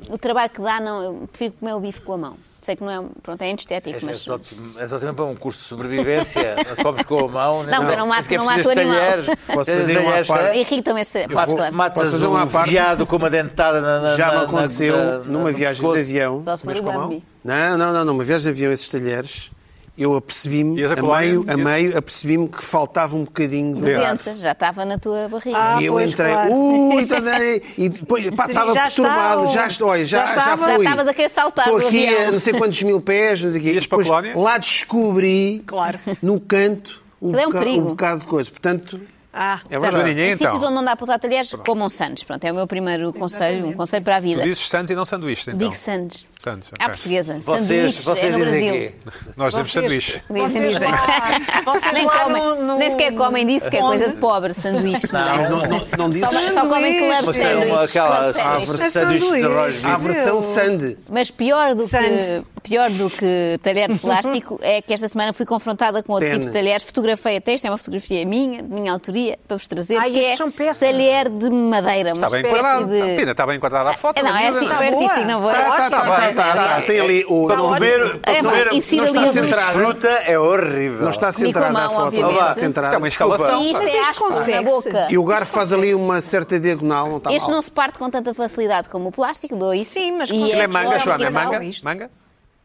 O trabalho que dá, não, eu prefiro comer o bife com a mão. Sei que não é, pronto, é antiestético,
É
mas...
só, é só também para um curso de sobrevivência. Comes com a mão. né?
Não, para não matar-
sequer
não mata
precisas
o animal.
talheres.
Posso
Tens
fazer uma
talheres,
parte?
sabe?
Irritam esse... Posso,
vou-
claro.
Matas
fazer
um
uma parte?
viado com uma dentada na, na,
Já
na-
me
na-
aconteceu
na- na-
numa
no
viagem de
pescoço.
avião.
Só se for
Mas
o
com a mão?
Bambi.
Não, não, não, numa viagem de avião, esses talheres, eu apercebi-me,
Ias a
a
colar,
meio, a
ias-
meio, apercebi-me que faltava um bocadinho de
Dente.
ar.
Dente, já estava na tua barriga.
Ah,
E eu
pois,
entrei,
claro.
ui, tá bem. e depois, pá,
Sim,
estava
já
perturbado,
estava.
já estou, olha, já,
Já
já,
estava.
fui.
Já estavas a querer saltar
Estou
do
aqui
avião.
a não sei quantos mil pés, não sei o quê.
Ias para a
Depois,
Colónia?
Lá descobri,
Claro.
no canto, um,
Aquilo é um
boca-
perigo.
um bocado de coisa. Portanto,
Ah,
é
Portanto,
verdade.
Joaninha,
em
então.
sítios onde não dá para usar talheres, comam sandes. Pronto, é o meu primeiro conselho, um
Exatamente.
conselho para a
Tu
vida.
dizes sandes e não sanduíches, então.
Digo Ah, sandes.
Sandes, ok.
À portuguesa.
Vocês,
Sanduíches é
vocês
no
dizem
Brasil.
aqui.
Nós dizemos
Vocês-
sanduíches.
Dizem,
Vocês
dizem.
lá- vocês
nem,
lá
comem,
no- no-
nem sequer comem disso, que é coisa de pobre, sanduíches.
Mas não, não, não
Só,
disse.
só comem club
Vocês têm uma,
sanduíches.
aquela
club sanduíches.
árvore de sanduíches de
sanduíche.
arroz
Há a
vivo.
versão Sandy.
Mas pior do,
Sante.
que, pior do que talher de plástico é que esta semana fui confrontada com outro
Pena.
tipo de talheres. Fotografei até, isto é uma fotografia minha, de minha autoria, para vos trazer,
Ai,
que
estes
é
são péssimos.
talher de madeira.
Está
uma
Tá bem
espécie
enquadrado.
de-
Pina, está bem enquadrada a foto.
É, não, é
miúda.
arti-
Tá
foi
boa.
artístico, não vou.
Tá, tá, tá, tá, tá. Tem ali o.
Tá ótimo.
Comer,
É, vá,
comer
insira
não está
ali
centrado.
o dos-
Centrada.
fruta é horrível.
Não está
Comi com a
centrada a
mão,
foto, não está
obviamente.
Isto é uma
centrada.
instalação.
E
pá.
isto
Mas
é
isto
áspero na
consegue-se.
boca.
E o garfo faz ali uma certa diagonal, não está
Este
tá mal.
não se parte com tanta facilidade como o plástico, dou isso.
Sim, mas
E
consegue
Isto é
Isto é
manga, Joana? É
horrível.
manga?
Isto.
Manga?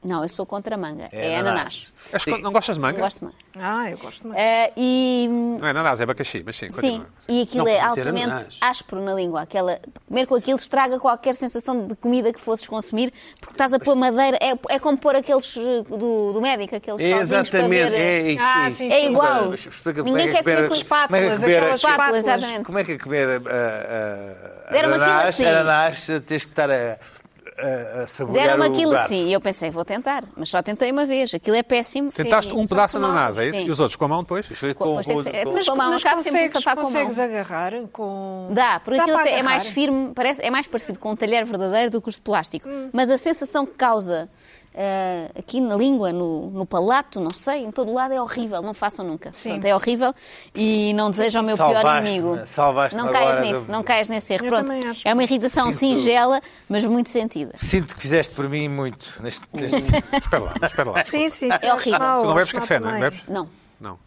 Não, eu sou contra manga.
É
É,
ananás.
ananás.
És con- Não gostas de
Eu
manga?
gosto de manga.
ah, eu gosto muito.
Eh, e
Não é ananás, é abacaxi, mas sim, continua.
Sim, e aquilo
Não,
é
pode ser
altamente
ananás.
áspero na língua. Aquela, comer com aquilo estraga qualquer sensação de comida que fosses consumir, porque estás a pôr madeira. É, é como pôr aqueles eh, do, do médico, aqueles pauzinhos para
Exatamente.
ver, eh,
É,
Ah,
isso.
sim,
É igual.
Mas explica-me como é
Ninguém
que
quer comer
comer-
com
como é que
espátulas,
comer-
aquelas
espátulas,
espátulas.
exatamente.
Como é que é comer ah, ah, ah,
Deram-me aquilo
ananás,
assim.
ananás, tens que estar a, a, a saborear
Deram-me
o
aquilo
garfo.
assim e eu pensei, vou tentar, mas só tentei uma vez. Aquilo é péssimo.
Tentaste
Sim.
um pedaço de
com a mão.
ananás, é isso?
Sim.
E os outros com a mão depois?
Foi
Com-
com-
mas tem que
com-
ser-
com-
mas- com a mão, acabo sempre por
consegues,
safar com a mão.
consegues agarrar com...
Dá, porque
Dá
aquilo
para
até é
agarrar.
mais firme, parece, é mais parecido com um talher verdadeiro do que os de plástico.
Hum.
Mas a sensação que causa eh, aqui na língua, no, no palato, não sei, em todo lado é horrível. Não façam nunca.
Sim.
Portanto, é horrível e não desejam o meu pior
Salvaste-me,
inimigo.
salvaste-me
não caias
agora
nesse,
do-
não caias nesse erro.
Eu
Pronto,
também acho.
é uma irritação
Sinto-
singela, mas muito sentida.
Sinto que fizeste por mim muito neste, neste
Espera lá, espera lá.
Sim, sim, sim.
É horrível.
Tu não bebes
acho mal
café, não é?
também.
Bebes?
Não.
Não.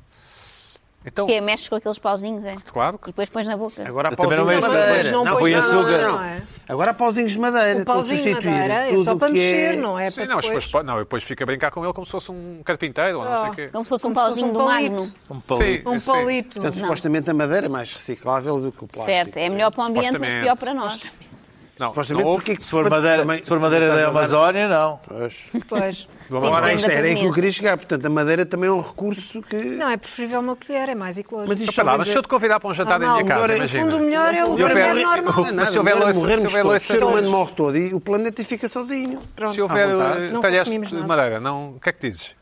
Então,
Porque mexes com aqueles pauzinhos, é?
claro
E depois pões na boca.
Agora há
Eu
um
também não
pauzinhos de
vejo
madeira.
não
Não,
põe
não, não,
açúcar.
não,
não é?
Agora há pauzinhos de madeira.
O pauzinho de madeira é só para mexer, não é?
Sim,
Para
não, mas depois,
depois-
pode- não, eu depois fico a brincar com ele como se fosse um carpinteiro ou não sei o quê.
Como se fosse um
Como se fosse
pauzinho
um
do
palito.
magno.
um palito.
Um
Sim.
palito.
Portanto, supostamente a madeira é mais reciclável do que o plástico.
Certo, é melhor para o ambiente, mas
Supostamente.
pior para nós.
Não,
Supostamente
não houve-
porque
Se for madeira, se for madeira da Amazónia, não.
Pois.
Pois.
Sim,
Ora,
depende
isto era aí
da
que eu
proveniência.
queria chegar. Portanto, a madeira também é um recurso que.
Não, é preferível uma colher, é mais ecológico.
Mas isto
Espera lá,
só
mas
vem
se eu te convidar para um jantar
Ah,
na minha
não,
casa,
melhor é-
No fundo, o
imagina.
melhor é o
E houver-
primeiro
Mas
normal.
Não é
se
nada,
houver
morrer-
loiça- se
morrermos
houver
todos,
loiça-
o ser humano
todos.
morre todo e o planeta fica sozinho.
Pronto.
Se houver
à vontade.
eh,
Não
talheres
consumimos
de
nada.
madeira, não, o que é que dizes?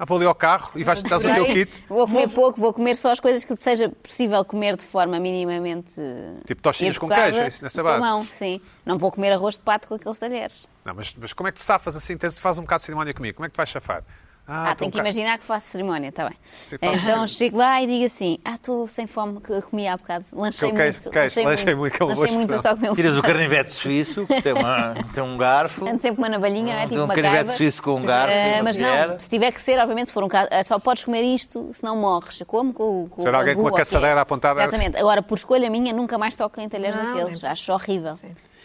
Ah, vou ali ao carro e vais dar o teu
Bem,
kit,
Vou comer pouco, vou comer só as coisas que seja possível comer de forma minimamente. eh,
Tipo tostinhas com
educada,
queijo, é isso, nessa
com a
base?
mão, sim. Não vou comer arroz de pato com aqueles talheres.
Não, mas, mas como é que te safas assim? Tens, faz um bocado de cerimónia comigo. Como é que te vais safar?
Ah,
estou
tenho
um
que
bocado-
imaginar que faço cerimónia, está bem.
Sim, faz
Então
cerimónia.
chego lá e digo assim: Ah, estou sem fome, que comi há bocado. Lanchei
Que eu queijo,
muito.
queijo, lanchei muito, que é uma
lanchei
boa
muito, eu só comi um.
Tiras o carnivete suíço, que tem, uma- tem um garfo.
Ando sempre com uma navalhinha, não é?
Tem
Tipo
um
uma
carnivete
caiba.
suíço com um
Ah,
garfo.
Eh,
uma
mas
colher.
não, se tiver que ser, obviamente, se for um caso, eh, só podes comer isto, se não morres. Eu Como com, o- com o
Será alguém
bambu,
com uma
ou o quê.
caçadeira apontada?
Exatamente. Agora, por escolha minha, nunca mais toco em talheres
Não,
daqueles.
nem-
Acho horrível.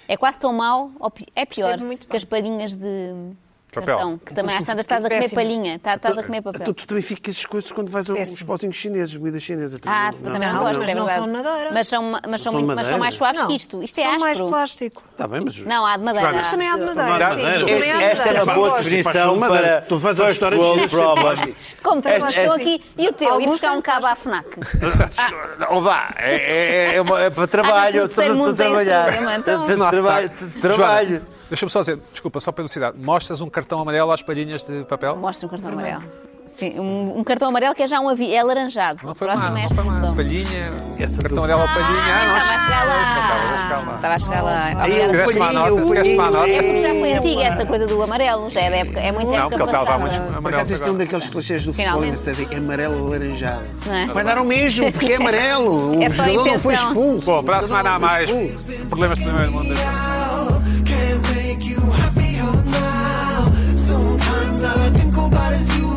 É quase tão mau, ou pi- é pior,
Percebo muito
que as palhinhas de
Papel.
cartão, que também às tantas estás a comer
Péssimo.
palhinha, tá- estás a comer
Então,
papel.
tu também ficas as coisas quando vais aos
Péssimo.
pozinhos chineses, comida chinesa.
Ah, eu também não,
Não,
gosto,
mas
é
não
verdade.
são de madeira.
Mas são, ma- mas são,
São de
muito- mas são
madeira.
mais suaves
Não,
que isto. Isto é
são
áspero.
mais plástico.
Está Tá bem, mas.
Não, há de madeira.
Mas
há.
Também há de madeira.
Madeira.
sim,
Madeira.
também há de
Esta é
madeira.
uma
Mas
boa
gosto,
definição
mas
para
tu vais a
first
restaurantes
world
chineses.
problems.
Como é
Esta-
estou
esta-
aqui e o teu, ir
é Alguns
buscar
são
um cabo à FNAC.
Não vá, é, é, é, uma- é para trabalho, eu
Achas que o terceiro
estou a
mundo tem esse
trabalhar.
problema, então?
Tra- tra-
Não há
Trabalho.
ataque.
trabalho.
Joana, Deixa-me só dizer, desculpa, só pela cidade. Mostras um cartão amarelo às palhinhas de papel?
Mostra um cartão amarelo. Sim, um, um cartão amarelo que é já um avião, é alaranjado.
Não
o
foi
próximo
má,
é
não foi má.
expulsão.
Palhinha,
Essa
cartão
tu-
amarelo a palhinha.
Ah,
não,
estava a chegar
Estava a
lá.
chegar lá.
Estava a chegar lá.
Aí
Obrigada. assim,
o
Tiveste má nota,
palhinho, o
tiveste má nota.
É porque já foi
palhinho,
antiga
pá.
essa coisa do amarelo, já é da época, é muito
Não,
época
porque ele estava
passada.
muito
Por
amarelo.
acaso este é um
agora.
daqueles clichês do futebol,
Finalmente.
não sei, é amarelo ou laranjado.
Não é?
Vai dar o mesmo, porque é amarelo. O
É só a
jogador não foi
intenção.
expulso.
Bom, para a
O jogador
semana há
não foi
mais
expulso.
problemas de primeiro mundo.
Can't make you happy or now. Sometimes all I think about is you.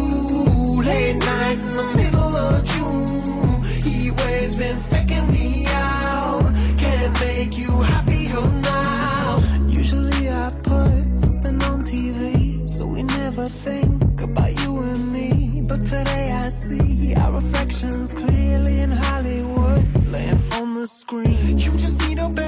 Late nights in the middle of June. He waves been faking me out. Can't make you happy or now. Usually I put something on TV so we never think about you and me. But today I see our reflections clearly in Hollywood, laying on the screen. You just need a better